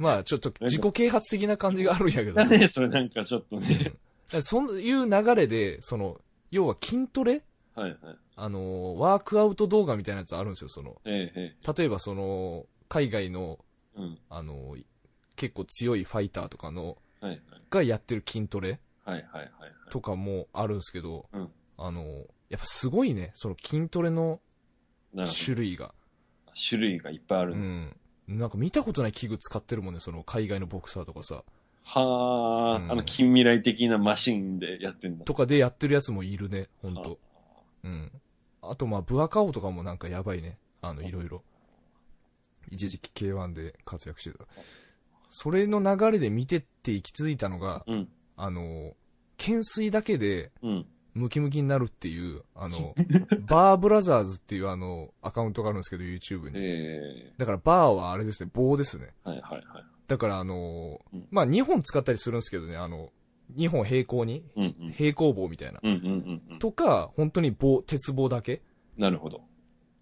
Speaker 1: まあ、ちょっと自己啓発的な感じがあるんやけど
Speaker 3: だ。ね、 それなんかちょっと
Speaker 1: うん
Speaker 3: ね。
Speaker 1: だからそういう流れで、その、要は筋トレ
Speaker 3: はいはい。
Speaker 1: あの、ワークアウト動画みたいなやつあるんですよ、その。
Speaker 3: ええ、え
Speaker 1: 例えばその、海外の、
Speaker 3: え。うん。
Speaker 1: あの、結構強いファイターとかの、
Speaker 3: はいはい。
Speaker 1: がやってる筋トレ
Speaker 3: はいはいはいはい。
Speaker 1: とかもあるんですけど、
Speaker 3: うん
Speaker 1: あの、やっぱすごいね、その筋トレの
Speaker 3: なるほ
Speaker 1: 種類が。
Speaker 3: ど。種類がいっぱいあ
Speaker 1: う
Speaker 3: る。
Speaker 1: ん。なんか見たことない器具使ってるもんね、その海外のボクサーとかさ。
Speaker 3: は
Speaker 1: うん
Speaker 3: あ、あの、近未来的なマシンでやってんだ。
Speaker 1: とかでやってるやつもいるね、ほんと。
Speaker 3: は
Speaker 1: うん。あと、まあ、ブアカオとかもなんかやばいね。あの、いろいろ。一時期 K1 で活躍してた。それの流れで見てって行き着いたのが、
Speaker 3: あうん。
Speaker 1: あの、懸垂だけで
Speaker 3: うん。
Speaker 1: ムキムキになるっていう、あ の、バーブラザーズっていうあの、アカウントがあるんですけど、YouTube に。
Speaker 3: ええ。
Speaker 1: だからバーはあれですね、棒ですね。
Speaker 3: はいはいはい。
Speaker 1: だからあの
Speaker 3: うん、
Speaker 1: まあ、2本使ったりするんですけどね、あの、2本平行に、
Speaker 3: うんうん。
Speaker 1: 平行棒みたいな。
Speaker 3: うんうんうんうん。
Speaker 1: とか、本当に棒、鉄棒だけ
Speaker 3: なるほど。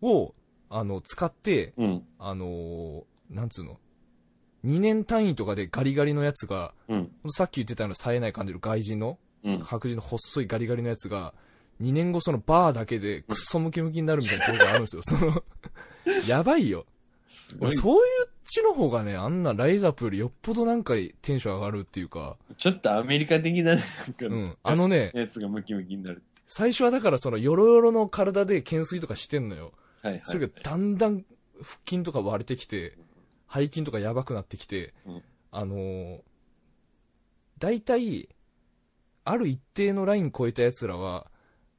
Speaker 1: を、あの、使って、
Speaker 3: うん。
Speaker 1: あのーなんつうの、2年単位とかでガリガリのやつが、
Speaker 3: うん。
Speaker 1: さっき言ってたような冴えない感じの外人の、
Speaker 3: うん。
Speaker 1: 白人の細いガリガリのやつが、2年後そのバーだけでクソムキムキになるみたいな動画あるんですよ。そ の、やばいよ。
Speaker 3: すご
Speaker 1: 俺
Speaker 3: い。
Speaker 1: そういうちの方がね、あんなライズアップよりよっぽどなんかテンション上がるっていうか、
Speaker 3: ちょっとアメリカ的な、なん
Speaker 1: う
Speaker 3: か、
Speaker 1: ん。あのね、
Speaker 3: やつがムキムキになる。
Speaker 1: 最初はだからそのヨロヨロの体で懸垂とかしてんのよ。
Speaker 3: はいはい。
Speaker 1: それがだんだん腹筋とか割れてきて
Speaker 3: うん、
Speaker 1: 背筋とかやばくなってきて、
Speaker 3: うん
Speaker 1: あのー、大体、ある一定のライン超えた奴らは、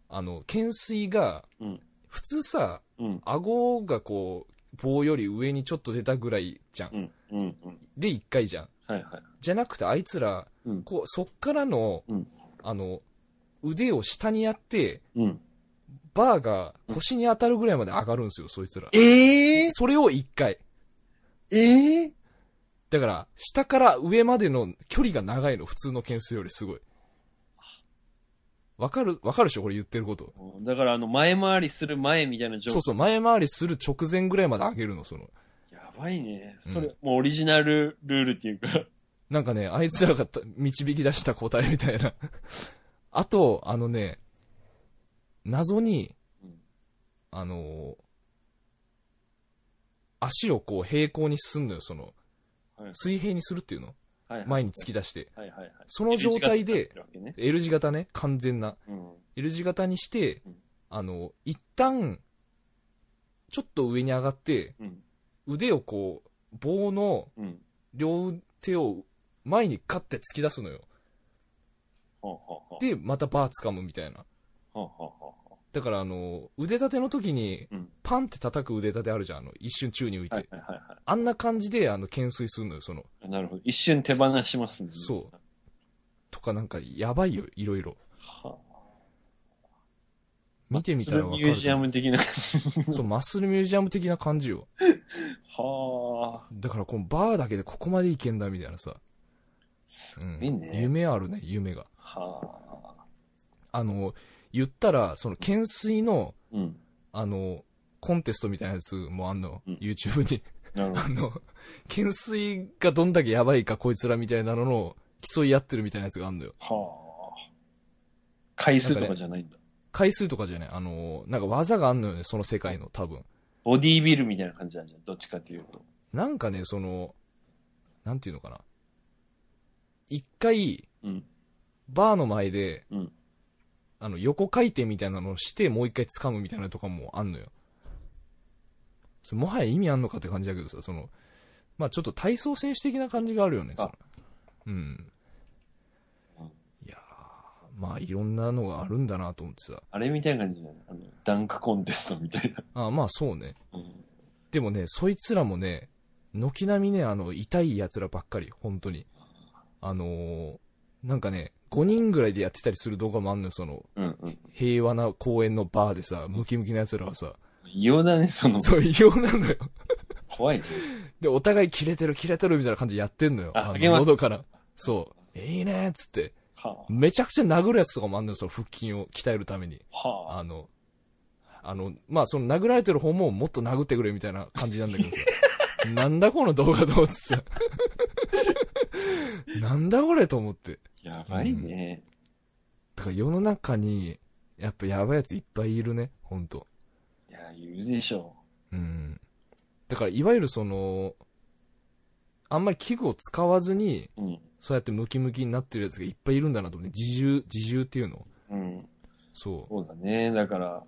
Speaker 1: あの、懸垂が
Speaker 3: うん、
Speaker 1: 普通さ、
Speaker 3: うん。
Speaker 1: 顎がこう、棒より上にちょっと出たぐらいじゃん。
Speaker 3: うん。うん。うん。
Speaker 1: で、一回じゃん。
Speaker 3: はいはい。
Speaker 1: じゃなくて、あいつら、
Speaker 3: うん
Speaker 1: こう、そっからの、
Speaker 3: うん
Speaker 1: あの、腕を下にやって、
Speaker 3: うん。
Speaker 1: バーが腰に当たるぐらいまで上がるんですよ、そいつら。
Speaker 3: ええ
Speaker 1: それを一回。
Speaker 3: ええ
Speaker 1: だから、下から上までの距離が長いの、普通の件数よりすごい。わかる、わかるでしょ俺言ってること。
Speaker 3: だから、あの、前回りする前みたいな状
Speaker 1: そう
Speaker 3: 況。
Speaker 1: そう、前回りする直前ぐらいまで上げるの、その。
Speaker 3: やばいね。そ
Speaker 1: うん
Speaker 3: れ、もうオリジナルルールっていうか。
Speaker 1: なんかね、あいつらがた導き出した答えみたいな。 あと、あのね、謎に
Speaker 3: うん、
Speaker 1: あのー足をこう平行に進んのよ、その
Speaker 3: はい、
Speaker 1: 水平にするっていうの
Speaker 3: はいはい
Speaker 1: 前に突き出して。
Speaker 3: はいはいはい。
Speaker 1: その状態で、
Speaker 3: ね
Speaker 1: L 字型ね、完全な。
Speaker 3: うん。
Speaker 1: L 字型にして
Speaker 3: うん、
Speaker 1: あの、一旦、ちょっと上に上がって、
Speaker 3: うん。
Speaker 1: 腕をこう、棒の
Speaker 3: うん。
Speaker 1: 両手を前にガッて突き出すのよ。
Speaker 3: ほうほうほう。
Speaker 1: で、またバー掴むみたいな。
Speaker 3: ほうほうほうほ
Speaker 1: だからあの、腕立ての時に
Speaker 3: うん、。
Speaker 1: パンって叩く腕立てあるじゃん、あの、一瞬宙に浮いう
Speaker 3: はい
Speaker 1: て。
Speaker 3: はいはいは
Speaker 1: あんな感じで、あの、懸垂するのよ、その。
Speaker 3: い。なるほど。一瞬手放しますね。
Speaker 1: そうとかなんか、やばいよ、いろいろ。
Speaker 3: はあ。
Speaker 1: 見てみたらわか
Speaker 3: マ
Speaker 1: る
Speaker 3: ッスルミュージアム的な感じ。
Speaker 1: そう、マッスルミュージアム的な感じよ。
Speaker 3: はあ。
Speaker 1: だからこのバーだけでここまでいけんだ、みたいなさ。
Speaker 3: す
Speaker 1: う
Speaker 3: ごい
Speaker 1: ん
Speaker 3: ね。。
Speaker 1: 夢あるね、夢が。
Speaker 3: はあ。
Speaker 1: あの、言ったら、その、懸垂の、
Speaker 3: うん。
Speaker 1: あの、コンテストみたいなやつもあんの、
Speaker 3: うん
Speaker 1: YouTube に。
Speaker 3: なるほ
Speaker 1: あの、懸垂がどんだけやばいかこいつらみたいなのの競い合ってるみたいなやつがあるのよ。
Speaker 3: ど。はあ。回数とかじゃないんだ。
Speaker 1: 回数とかじゃない。あの、なんか技があんのよね、その世界の多分。
Speaker 3: ボディービルみたいな感じなんじゃん。どっちかっていうと。
Speaker 1: なんかね、その、なんていうのかな。一回、
Speaker 3: うん。
Speaker 1: バーの前で、
Speaker 3: うん
Speaker 1: あの、横回転みたいなのをして、もう一回掴むみたいなのとかもあんのよ。それもはや意味あんのかって感じだけどさ、その、まあちょっと体操選手的な感じがあるよね、
Speaker 3: そ
Speaker 1: そ
Speaker 3: っ
Speaker 1: の
Speaker 3: か
Speaker 1: うん
Speaker 3: うん。
Speaker 1: いやーまあいろんなのがあるんだなと思ってさ。
Speaker 3: あれみたいな感じじゃないあの、ダンクコンテストみたいな。
Speaker 1: あまあそうね。
Speaker 3: うん。
Speaker 1: でもね、そいつらもね、軒並みね、あの、痛い奴らばっかり、本当に。あのーなんかね、5人ぐらいでやってたりする動画もあんのよ、その、
Speaker 3: うんうん。
Speaker 1: 平和な公園のバーでさ、ムキムキな奴らがさ、
Speaker 3: 異様だね、その、
Speaker 1: そう、異様なのよ。
Speaker 3: 怖いね。
Speaker 1: で、お互いキレてる、キレてるみたいな感じでやってんのよ。
Speaker 3: あ
Speaker 1: の
Speaker 3: 励ます
Speaker 1: 喉から。そう。いいねーっつって。
Speaker 3: は
Speaker 1: めちゃくちゃ殴るやつとかもあんのよ、その腹筋を鍛えるために。
Speaker 3: あ。はあ。
Speaker 1: あの、あの、まあ、その殴られてる方ももっと殴ってくれみたいな感じなんだけどさ。なんだこの動画と思ってさ。なんだこれと思って。
Speaker 3: やばいね。
Speaker 1: だから世の中に、やっぱやばいやついっぱいいるね、ほんと。
Speaker 3: いや、言うでしょ
Speaker 1: うん。だから、いわゆるその、あんまり器具を使わずに、
Speaker 3: う。うん。
Speaker 1: そうやってムキムキになってるやつがいっぱいいるんだなと思って、自重、自重っていうの。
Speaker 3: うん。
Speaker 1: そ
Speaker 3: そうだね。だから、
Speaker 1: う。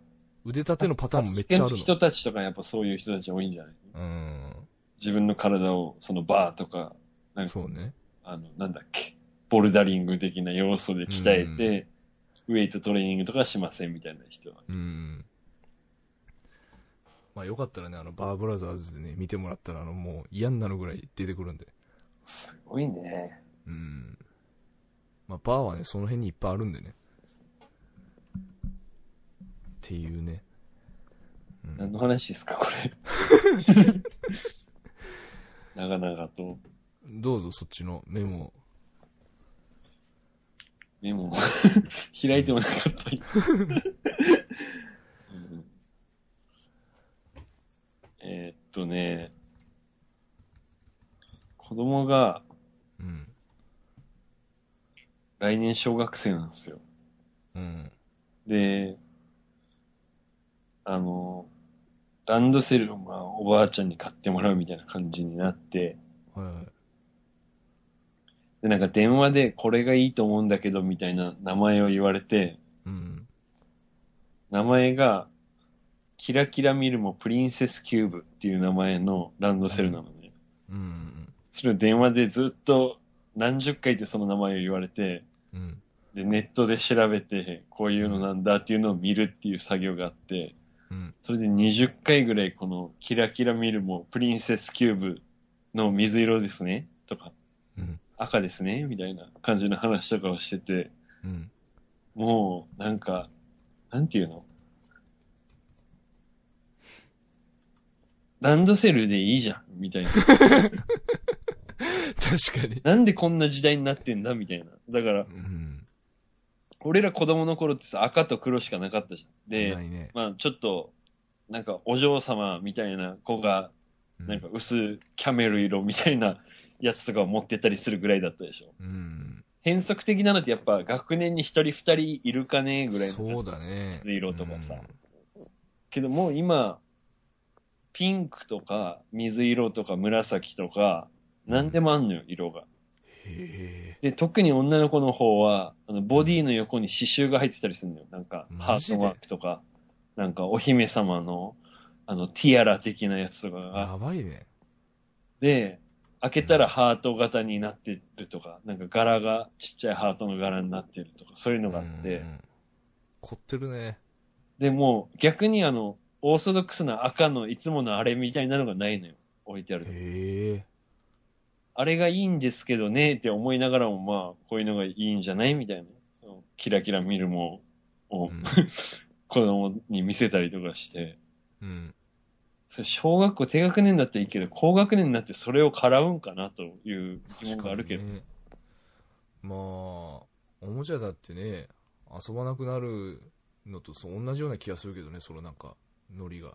Speaker 1: 腕立てのパターンもめっちゃある
Speaker 3: サスケ人たちとかやっぱそういう人たち多いんじゃない
Speaker 1: の。
Speaker 3: 自分の体を、そのバーとか、
Speaker 1: うん。そうね。
Speaker 3: あの、なんだっけ、ボルダリング的な要素で鍛えて、ウェイトトレーニングとかしませんみたいな人は。
Speaker 1: うん。まあよかったらね、あの、バーブラザーズでね、見てもらったら、あの、もう嫌になるぐらい出てくるんで。
Speaker 3: すごいね。
Speaker 1: うん。まあバーはね、その辺にいっぱいあるんでね。っていうね。うん
Speaker 3: 何の話ですか、これ。長々と
Speaker 1: どうぞそっちのメモを
Speaker 3: メモを開いてもなかった。 うんえーっとね、子供が
Speaker 1: うん
Speaker 3: 来年小学生なんですよ。
Speaker 1: うん
Speaker 3: で、あの、ランドセルをまあおばあちゃんに買ってもらうみたいな感じになって、
Speaker 1: はいはい
Speaker 3: で、なんか電話でこれがいいと思うんだけどみたいな名前を言われて、
Speaker 1: うん
Speaker 3: 名前が、キラキラミルモプリンセスキューブっていう名前のランドセルなのね。
Speaker 1: うん
Speaker 3: それを電話でずっと何十回ってその名前を言われて、
Speaker 1: うん
Speaker 3: で、ネットで調べて、こういうのなんだっていうのを見るっていう作業があって、
Speaker 1: うん
Speaker 3: それで20回ぐらいこのキラキラミルもプリンセスキューブの水色ですねとか
Speaker 1: うん
Speaker 3: 赤ですねみたいな感じの話とかをしてて、
Speaker 1: うん
Speaker 3: もうなんか、なんていうのランドセルでいいじゃんみたいな。
Speaker 1: 確かに
Speaker 3: なんでこんな時代になってんだみたいな。だから、
Speaker 1: うん
Speaker 3: 俺ら子供の頃ってさ、赤と黒しかなかったじゃん。で、
Speaker 1: ないね
Speaker 3: まあちょっと、なんかお嬢様みたいな子が
Speaker 1: う
Speaker 3: なんか薄キャメル色みたいなやつとかを持ってったりするぐらいだったでしょ。
Speaker 1: うん
Speaker 3: 変則的なのってやっぱ学年に一人二人いるかねぐらいの
Speaker 1: そうだね
Speaker 3: 水色とかさ。けどもう今、ピンクとか水色とか紫とか、なんでもあんのよ、色が。
Speaker 1: うんへえ
Speaker 3: で、特に女の子の方は、あのボディの横に刺繍が入ってたりするのよ。なんか、ハ
Speaker 1: マジ
Speaker 3: ー
Speaker 1: で
Speaker 3: トマークとか、なんかお姫様の、あの、ティアラ的なやつとかが。
Speaker 1: やばいね
Speaker 3: で、開けたらハート型になってるとか、なんか柄がちっちゃいハートの柄になってるとか、そういうのがあって、
Speaker 1: うんうん凝ってるね。
Speaker 3: でもう逆にあの、オーソドックスな赤のいつものあれみたいなのがないのよ。置いてあると。
Speaker 1: へえ。
Speaker 3: あれがいいんですけどねって思いながらもまあ、こういうのがいいんじゃないみたいな。そのキラキラ見るもんを、
Speaker 1: うん
Speaker 3: 子供に見せたりとかして。
Speaker 1: うん。
Speaker 3: それ小学校低学年だったらいいけど、高学年になってそれを絡うんかなという疑問があるけど。
Speaker 1: 確かにねまあ、おもちゃだってね、遊ばなくなるのとそう同じような気がするけどね、そのなんか、ノリが。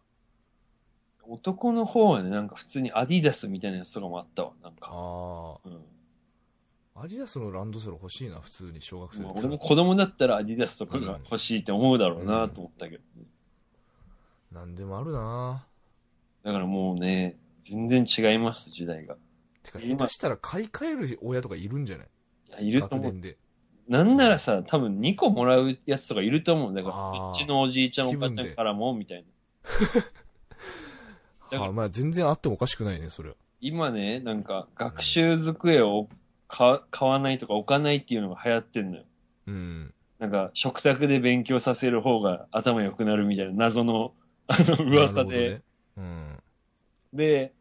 Speaker 3: 男の方はね、なんか普通にアディダスみたいなやつとかもあったわ。なんか。
Speaker 1: あ
Speaker 3: うん
Speaker 1: あ、アディダスのランドセル欲しいな、普通に小学生
Speaker 3: まあ
Speaker 1: だった
Speaker 3: 俺
Speaker 1: ら
Speaker 3: も子供だったらアディダスとかが欲しいって思うだろうなと思ったけど、
Speaker 1: なんでもあるな
Speaker 3: だからもうね、全然違います、時代が。
Speaker 1: てか、下
Speaker 3: 今
Speaker 1: 手したら買い替える親とかいるんじゃない
Speaker 3: いや、いると
Speaker 1: 学
Speaker 3: 思う。
Speaker 1: 年で。
Speaker 3: なんならさ、多分2個もらうやつとかいると思う。だから、
Speaker 1: あー
Speaker 3: こっちのおじいちゃんお
Speaker 1: 気
Speaker 3: ばあ
Speaker 1: 分
Speaker 3: ち
Speaker 1: で
Speaker 3: ゃんからも、みたいな。だから
Speaker 1: はあ、まあ全然あってもおかしくないね、それは。
Speaker 3: 今ね、なんか、学習机を買買わないとか置かないっていうのが流行ってんのよ。
Speaker 1: うん。
Speaker 3: なんか、食卓で勉強させる方が頭良くなるみたいな謎の、あの、噂
Speaker 1: な
Speaker 3: で。
Speaker 1: るほどね。
Speaker 3: で、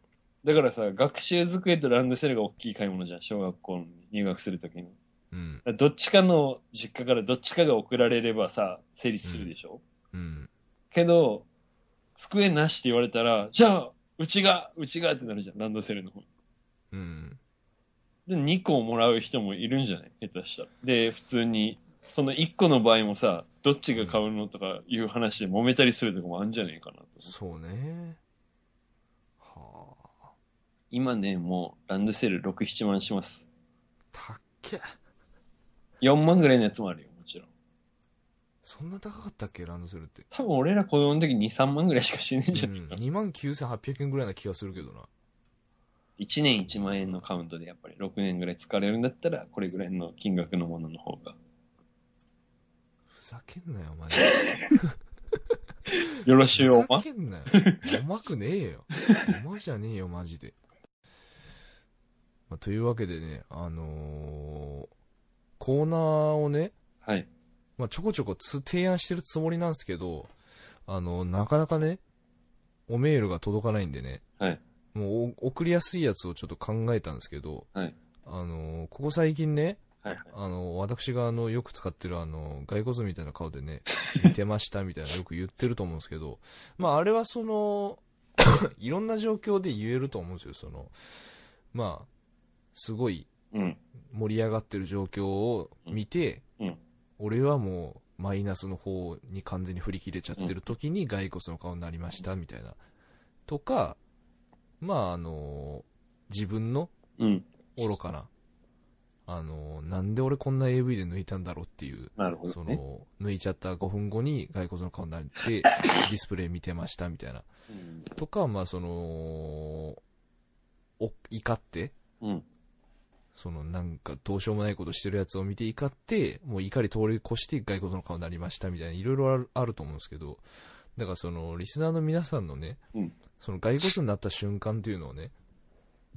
Speaker 3: だからさ、学習机とランドセルが大きい買い物じゃん、小学校に入学するときに。
Speaker 1: うん。うん。
Speaker 3: だからどっちかの実家からどっちかが送られればさ、成立するでしょ、
Speaker 1: うん。
Speaker 3: けど、机なしって言われたら、じゃあ、うちが、うちがってなるじゃん、ランドセルの方。
Speaker 1: うん。
Speaker 3: で、2個もらう人もいるんじゃない下手したら。で、普通に、その1個の場合もさ、どっちが買うのとかいう話で揉めたりするとかもあるんじゃないかなと。
Speaker 1: そうね。はあ。
Speaker 3: 今ね、もう、ランドセル6、7万します。
Speaker 1: たっけ。
Speaker 3: 4万ぐらいのやつもあるよ、もちろん。
Speaker 1: そんな高かったっけランドセルって。
Speaker 3: 多分俺ら子供の時2、3万ぐらいしかしてねえ
Speaker 1: うん
Speaker 3: じゃないかな。
Speaker 1: 2万9800円ぐらいな気がするけどな。
Speaker 3: 1年1万円のカウントでやっぱり6年ぐらい使われるんだったら、これぐらいの金額のものの方が。
Speaker 1: ふざけんなよ、マジで。
Speaker 3: よろしいお
Speaker 1: ふざ
Speaker 3: ま
Speaker 1: けんなよ。うまくねえよ。うまじゃねえよ、マジで。まあというわけでね、あのーコーナーをね、
Speaker 3: はい。
Speaker 1: まあ、ちょこちょこつ提案してるつもりなんですけど、あの、なかなかね、おメールが届かないんでね、
Speaker 3: はい
Speaker 1: もうお送りやすいやつをちょっと考えたんですけど、
Speaker 3: はい
Speaker 1: あの、ここ最近ね、
Speaker 3: はいはい。
Speaker 1: あの、私があの、よく使ってるあの、骸骨みたいな顔で ね、似てましたみたいなよく言ってると思うんですけど、まああれはその、 いろんな状況で言えると思うんですよ、その、まあ、すごい
Speaker 3: うん。
Speaker 1: 盛り上がってる状況を見て、
Speaker 3: うんうん
Speaker 1: 俺はもうマイナスの方に完全に振り切れちゃってる時に骸骨の顔になりましたみたいなとかまああの自分の
Speaker 3: うん。
Speaker 1: 愚かなあのなんで俺こんな AV で抜いたんだろうっていう
Speaker 3: なるほ
Speaker 1: そ
Speaker 3: ど、ね。
Speaker 1: の抜いちゃった5分後に骸骨の顔になってデ ィスプレイ見てましたみたいなとかまあそのお怒って
Speaker 3: うん。うん。
Speaker 1: そのなんかどうしようもないことしてるやつを見て怒って、もう怒り通り越して骸骨の顔になりましたみたいな、いろいろあるあると思うんですけど、だからそのリスナーの皆さんのね、
Speaker 3: うん
Speaker 1: その骸骨になった瞬間っていうのをね、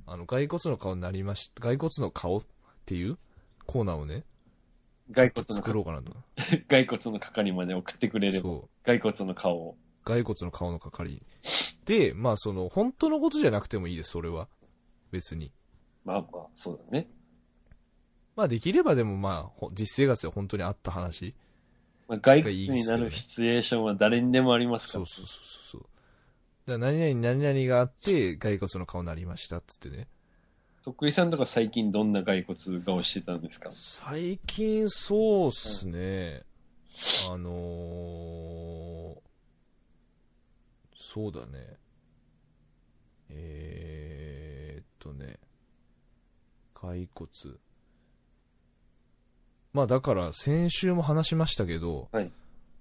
Speaker 1: あの骸骨の顔になりまし、骸骨の顔っていうコーナーをね、
Speaker 3: 骸骨の
Speaker 1: 作ろうかなと。
Speaker 3: 骸骨の係まで送ってくれれば、
Speaker 1: そう。
Speaker 3: 骸骨の顔を。
Speaker 1: 骸骨の顔の係。で、まあその本当のことじゃなくてもいいです、それは。別に。
Speaker 3: まあまあ、そうだね。
Speaker 1: まあできればでもまあほ、実生活で本当にあった話。
Speaker 3: まあ、骸骨になるシチュエーションは誰にでもありますか
Speaker 1: そ
Speaker 3: ら。
Speaker 1: うそうそうそうそう。だから何々何々があって、骸骨の顔になりましたっつってね。
Speaker 3: 徳井さんとか最近どんな骸骨顔してたんですか
Speaker 1: 最近そうっすね。あのー、そうだね。えー、っとね。骸骨。まあだから先週も話しましたけど、
Speaker 3: はい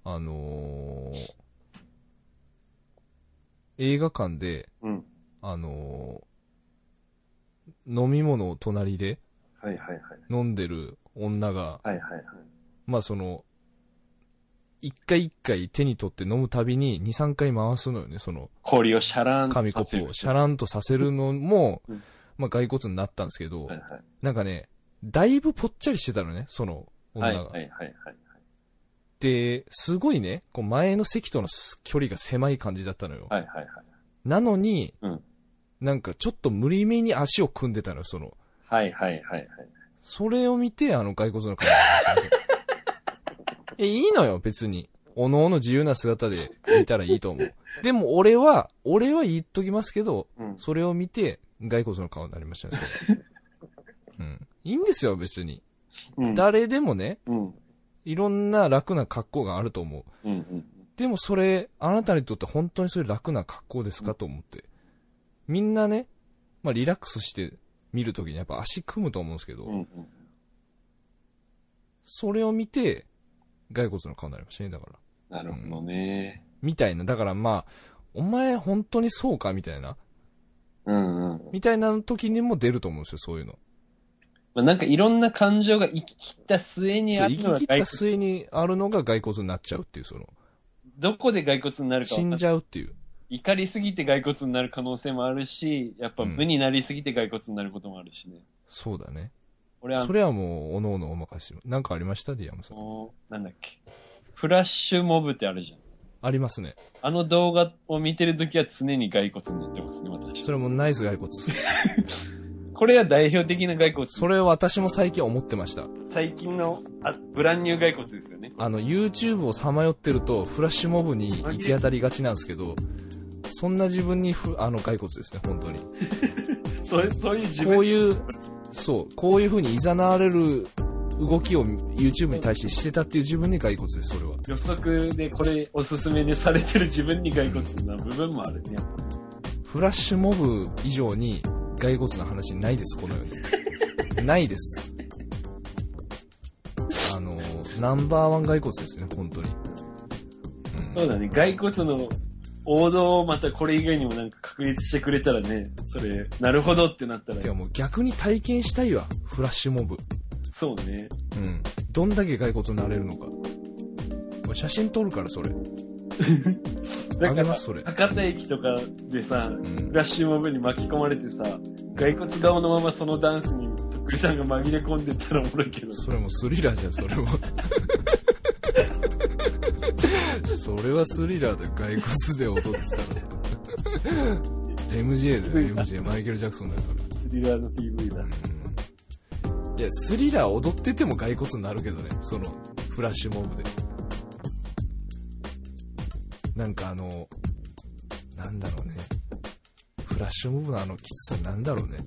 Speaker 1: あのー、映画館で、
Speaker 3: うん。
Speaker 1: あのー飲み物を隣で
Speaker 3: はいはいはい。
Speaker 1: 飲んでる女が、
Speaker 3: はいはいはい。
Speaker 1: まあその、一回一回手に取って飲むたびに二、三回回すのよね、その、
Speaker 3: 氷をシャラーンと
Speaker 1: 紙コ
Speaker 3: させ
Speaker 1: ップ
Speaker 3: る
Speaker 1: を。シャランとさせるのも
Speaker 3: うん、
Speaker 1: まあ、骸骨になったんですけど、
Speaker 3: はい
Speaker 1: なんかね、だいぶぽっちゃりしてたのね、その
Speaker 3: はい。はい
Speaker 1: 女
Speaker 3: は
Speaker 1: が。
Speaker 3: いはいはいはい。
Speaker 1: で、すごいね、こう前の席との距離が狭い感じだったのよ。
Speaker 3: はいはいはい。
Speaker 1: なのに、
Speaker 3: うん
Speaker 1: なんかちょっと無理めに足を組んでたのよ、その。
Speaker 3: はいはいはいはい。
Speaker 1: それを見て、あの、骸骨の顔が出てきました。え、 いいのよ、別に。おのおの自由な姿で見たらいいと思う。でも俺は、俺は言っときますけど、
Speaker 3: うん。
Speaker 1: それを見て、骸骨の顔になりましたね。それうん。いいんですよ、別に。
Speaker 3: うん。
Speaker 1: 誰でもね、
Speaker 3: うん。
Speaker 1: いろんな楽な格好があると思う。
Speaker 3: うんうん。
Speaker 1: でもそれ、あなたにとって本当にそういう楽な格好ですかと思って。みんなね、まあリラックスして見るときにやっぱ足組むと思うんですけど、
Speaker 3: うんうん。
Speaker 1: それを見て、骸骨の顔になりましたね、だから。
Speaker 3: なるほどね。
Speaker 1: みたいな。だからまあ、お前本当にそうかみたいな。
Speaker 3: うんうん。
Speaker 1: みたいな時にも出ると思うんですよ、そういうの。
Speaker 3: まあ、なんかいろんな感情が行き切った末に
Speaker 1: そ
Speaker 3: あ
Speaker 1: う
Speaker 3: る
Speaker 1: 生き
Speaker 3: のが
Speaker 1: 切った
Speaker 3: 骸骨、
Speaker 1: 末にあるのが骸骨になっちゃうっていう、その、
Speaker 3: どこで骸骨になるか
Speaker 1: 死
Speaker 3: 分か
Speaker 1: ん
Speaker 3: ん
Speaker 1: じゃうっていう。
Speaker 3: 怒りすぎて骸骨になる可能性もあるし、やっぱ
Speaker 1: うん
Speaker 3: 無になりすぎて骸骨になることもあるしね。
Speaker 1: そうだね。
Speaker 3: 俺は
Speaker 1: そ、れはもう、おのおのお任せしますなんかありましたディアム
Speaker 3: あ
Speaker 1: さん。
Speaker 3: のなんだっけ。フラッシュモブってあるじゃん。
Speaker 1: ありますね。
Speaker 3: あの動画を見てるときは常に骸骨になってますね、私。
Speaker 1: それもナイス骸骨。
Speaker 3: これが代表的な骸骨。
Speaker 1: それ私も最近思ってました。
Speaker 3: 最近のあブランニュー骸骨ですよね。
Speaker 1: あの、YouTube をさまよってると、フラッシュモブに行き当たりがちなんですけど、そんな自分にふ、あの、骸骨ですね、本当に。
Speaker 3: そうそういう自分。
Speaker 1: こういう、そう、こういう風に誘われる動きを YouTube に対してしてたっていう自分に骸骨です、それは。
Speaker 3: 予測でこれおすすめでされてる自分に骸骨な部分もあるね。やっぱ
Speaker 1: フラッシュモブ以上に骸骨の話ないです、この世 に。ないです。あの、ナンバーワン骸骨ですね、本当に。うん
Speaker 3: そうだね、骸骨の王道をまたこれ以外にもなんか確立してくれたらね、それ、なるほどってなった
Speaker 1: て
Speaker 3: ら
Speaker 1: か、もう逆に体験したいわ、フラッシュモブ。
Speaker 3: そうね。
Speaker 1: うん。どんだけ骸骨になれるのか。俺写真撮るから、それ。
Speaker 3: だ
Speaker 1: あ
Speaker 3: か
Speaker 1: げ
Speaker 3: ら、
Speaker 1: ますそ れ
Speaker 3: 博多駅とかでさ、
Speaker 1: ん
Speaker 3: フラッシュモブに巻き込まれてさ、骸骨顔のままそのダンスにとっくりさんが紛れ込んでったらおもろいけど、
Speaker 1: それもスリラーじゃん、それは。それはスリラーで骸骨で踊ってたらさ。MJ だよ、MJ。マイケル・ジャクソンだよ、それ。
Speaker 3: スリラーの PV だ。
Speaker 1: いや、スリラー踊ってても骸骨になるけどね、その、フラッシュモブで。なんかあの、なんだろうね。フラッシュモブのあのきつさなんだろうね。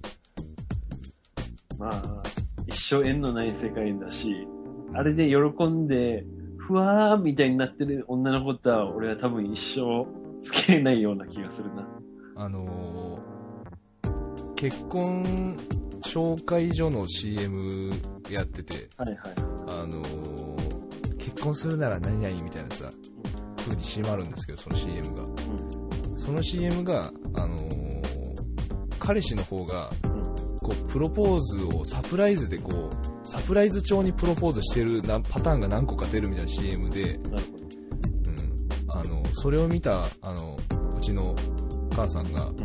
Speaker 3: まあ、一生縁のない世界だし、あれで喜んで、ふわーみたいになってる女の子とは、俺は多分一生付き合えないような気がするな。
Speaker 1: あのー結婚紹介所の CM やってて、
Speaker 3: はいはい。
Speaker 1: あのー結婚するなら何々みたいなさ、風に締まるんですけど、その CM が。その CM が、あのー彼氏の方が、こう、プロポーズをサプライズでこう、サプライズ調にプロポーズしてるなパターンが何個か出るみたいな CM で、
Speaker 3: なるほど。
Speaker 1: うん、あのそれを見たあのうちの母さんが、
Speaker 3: ん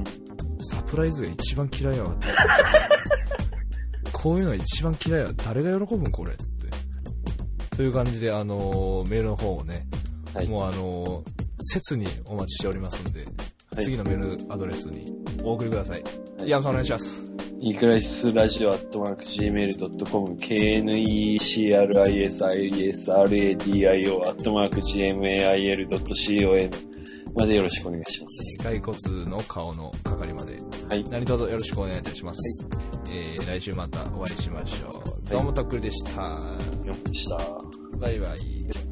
Speaker 1: サプライズが一番嫌いやわって こういうのが一番嫌いやわ誰が喜ぶんこれっつってという感じであのメールの方をね、
Speaker 3: はい
Speaker 1: もうあの切にお待ちしておりますんで、
Speaker 3: はい
Speaker 1: 次のメールアドレスにお送りください、
Speaker 3: はい
Speaker 1: ディアムさんお願いします
Speaker 3: イクライスラジオアットマーク Gmail.com KNECRISISRADIO アットマーク GMAIL.com までよろしくお願いします。
Speaker 1: 骸骨の顔の係まで
Speaker 3: はい。
Speaker 1: 何卒よろしくお願いいたします、えー来週またお会いしましょうどうもとっくりでした、
Speaker 3: よっでした。
Speaker 1: バイバイ。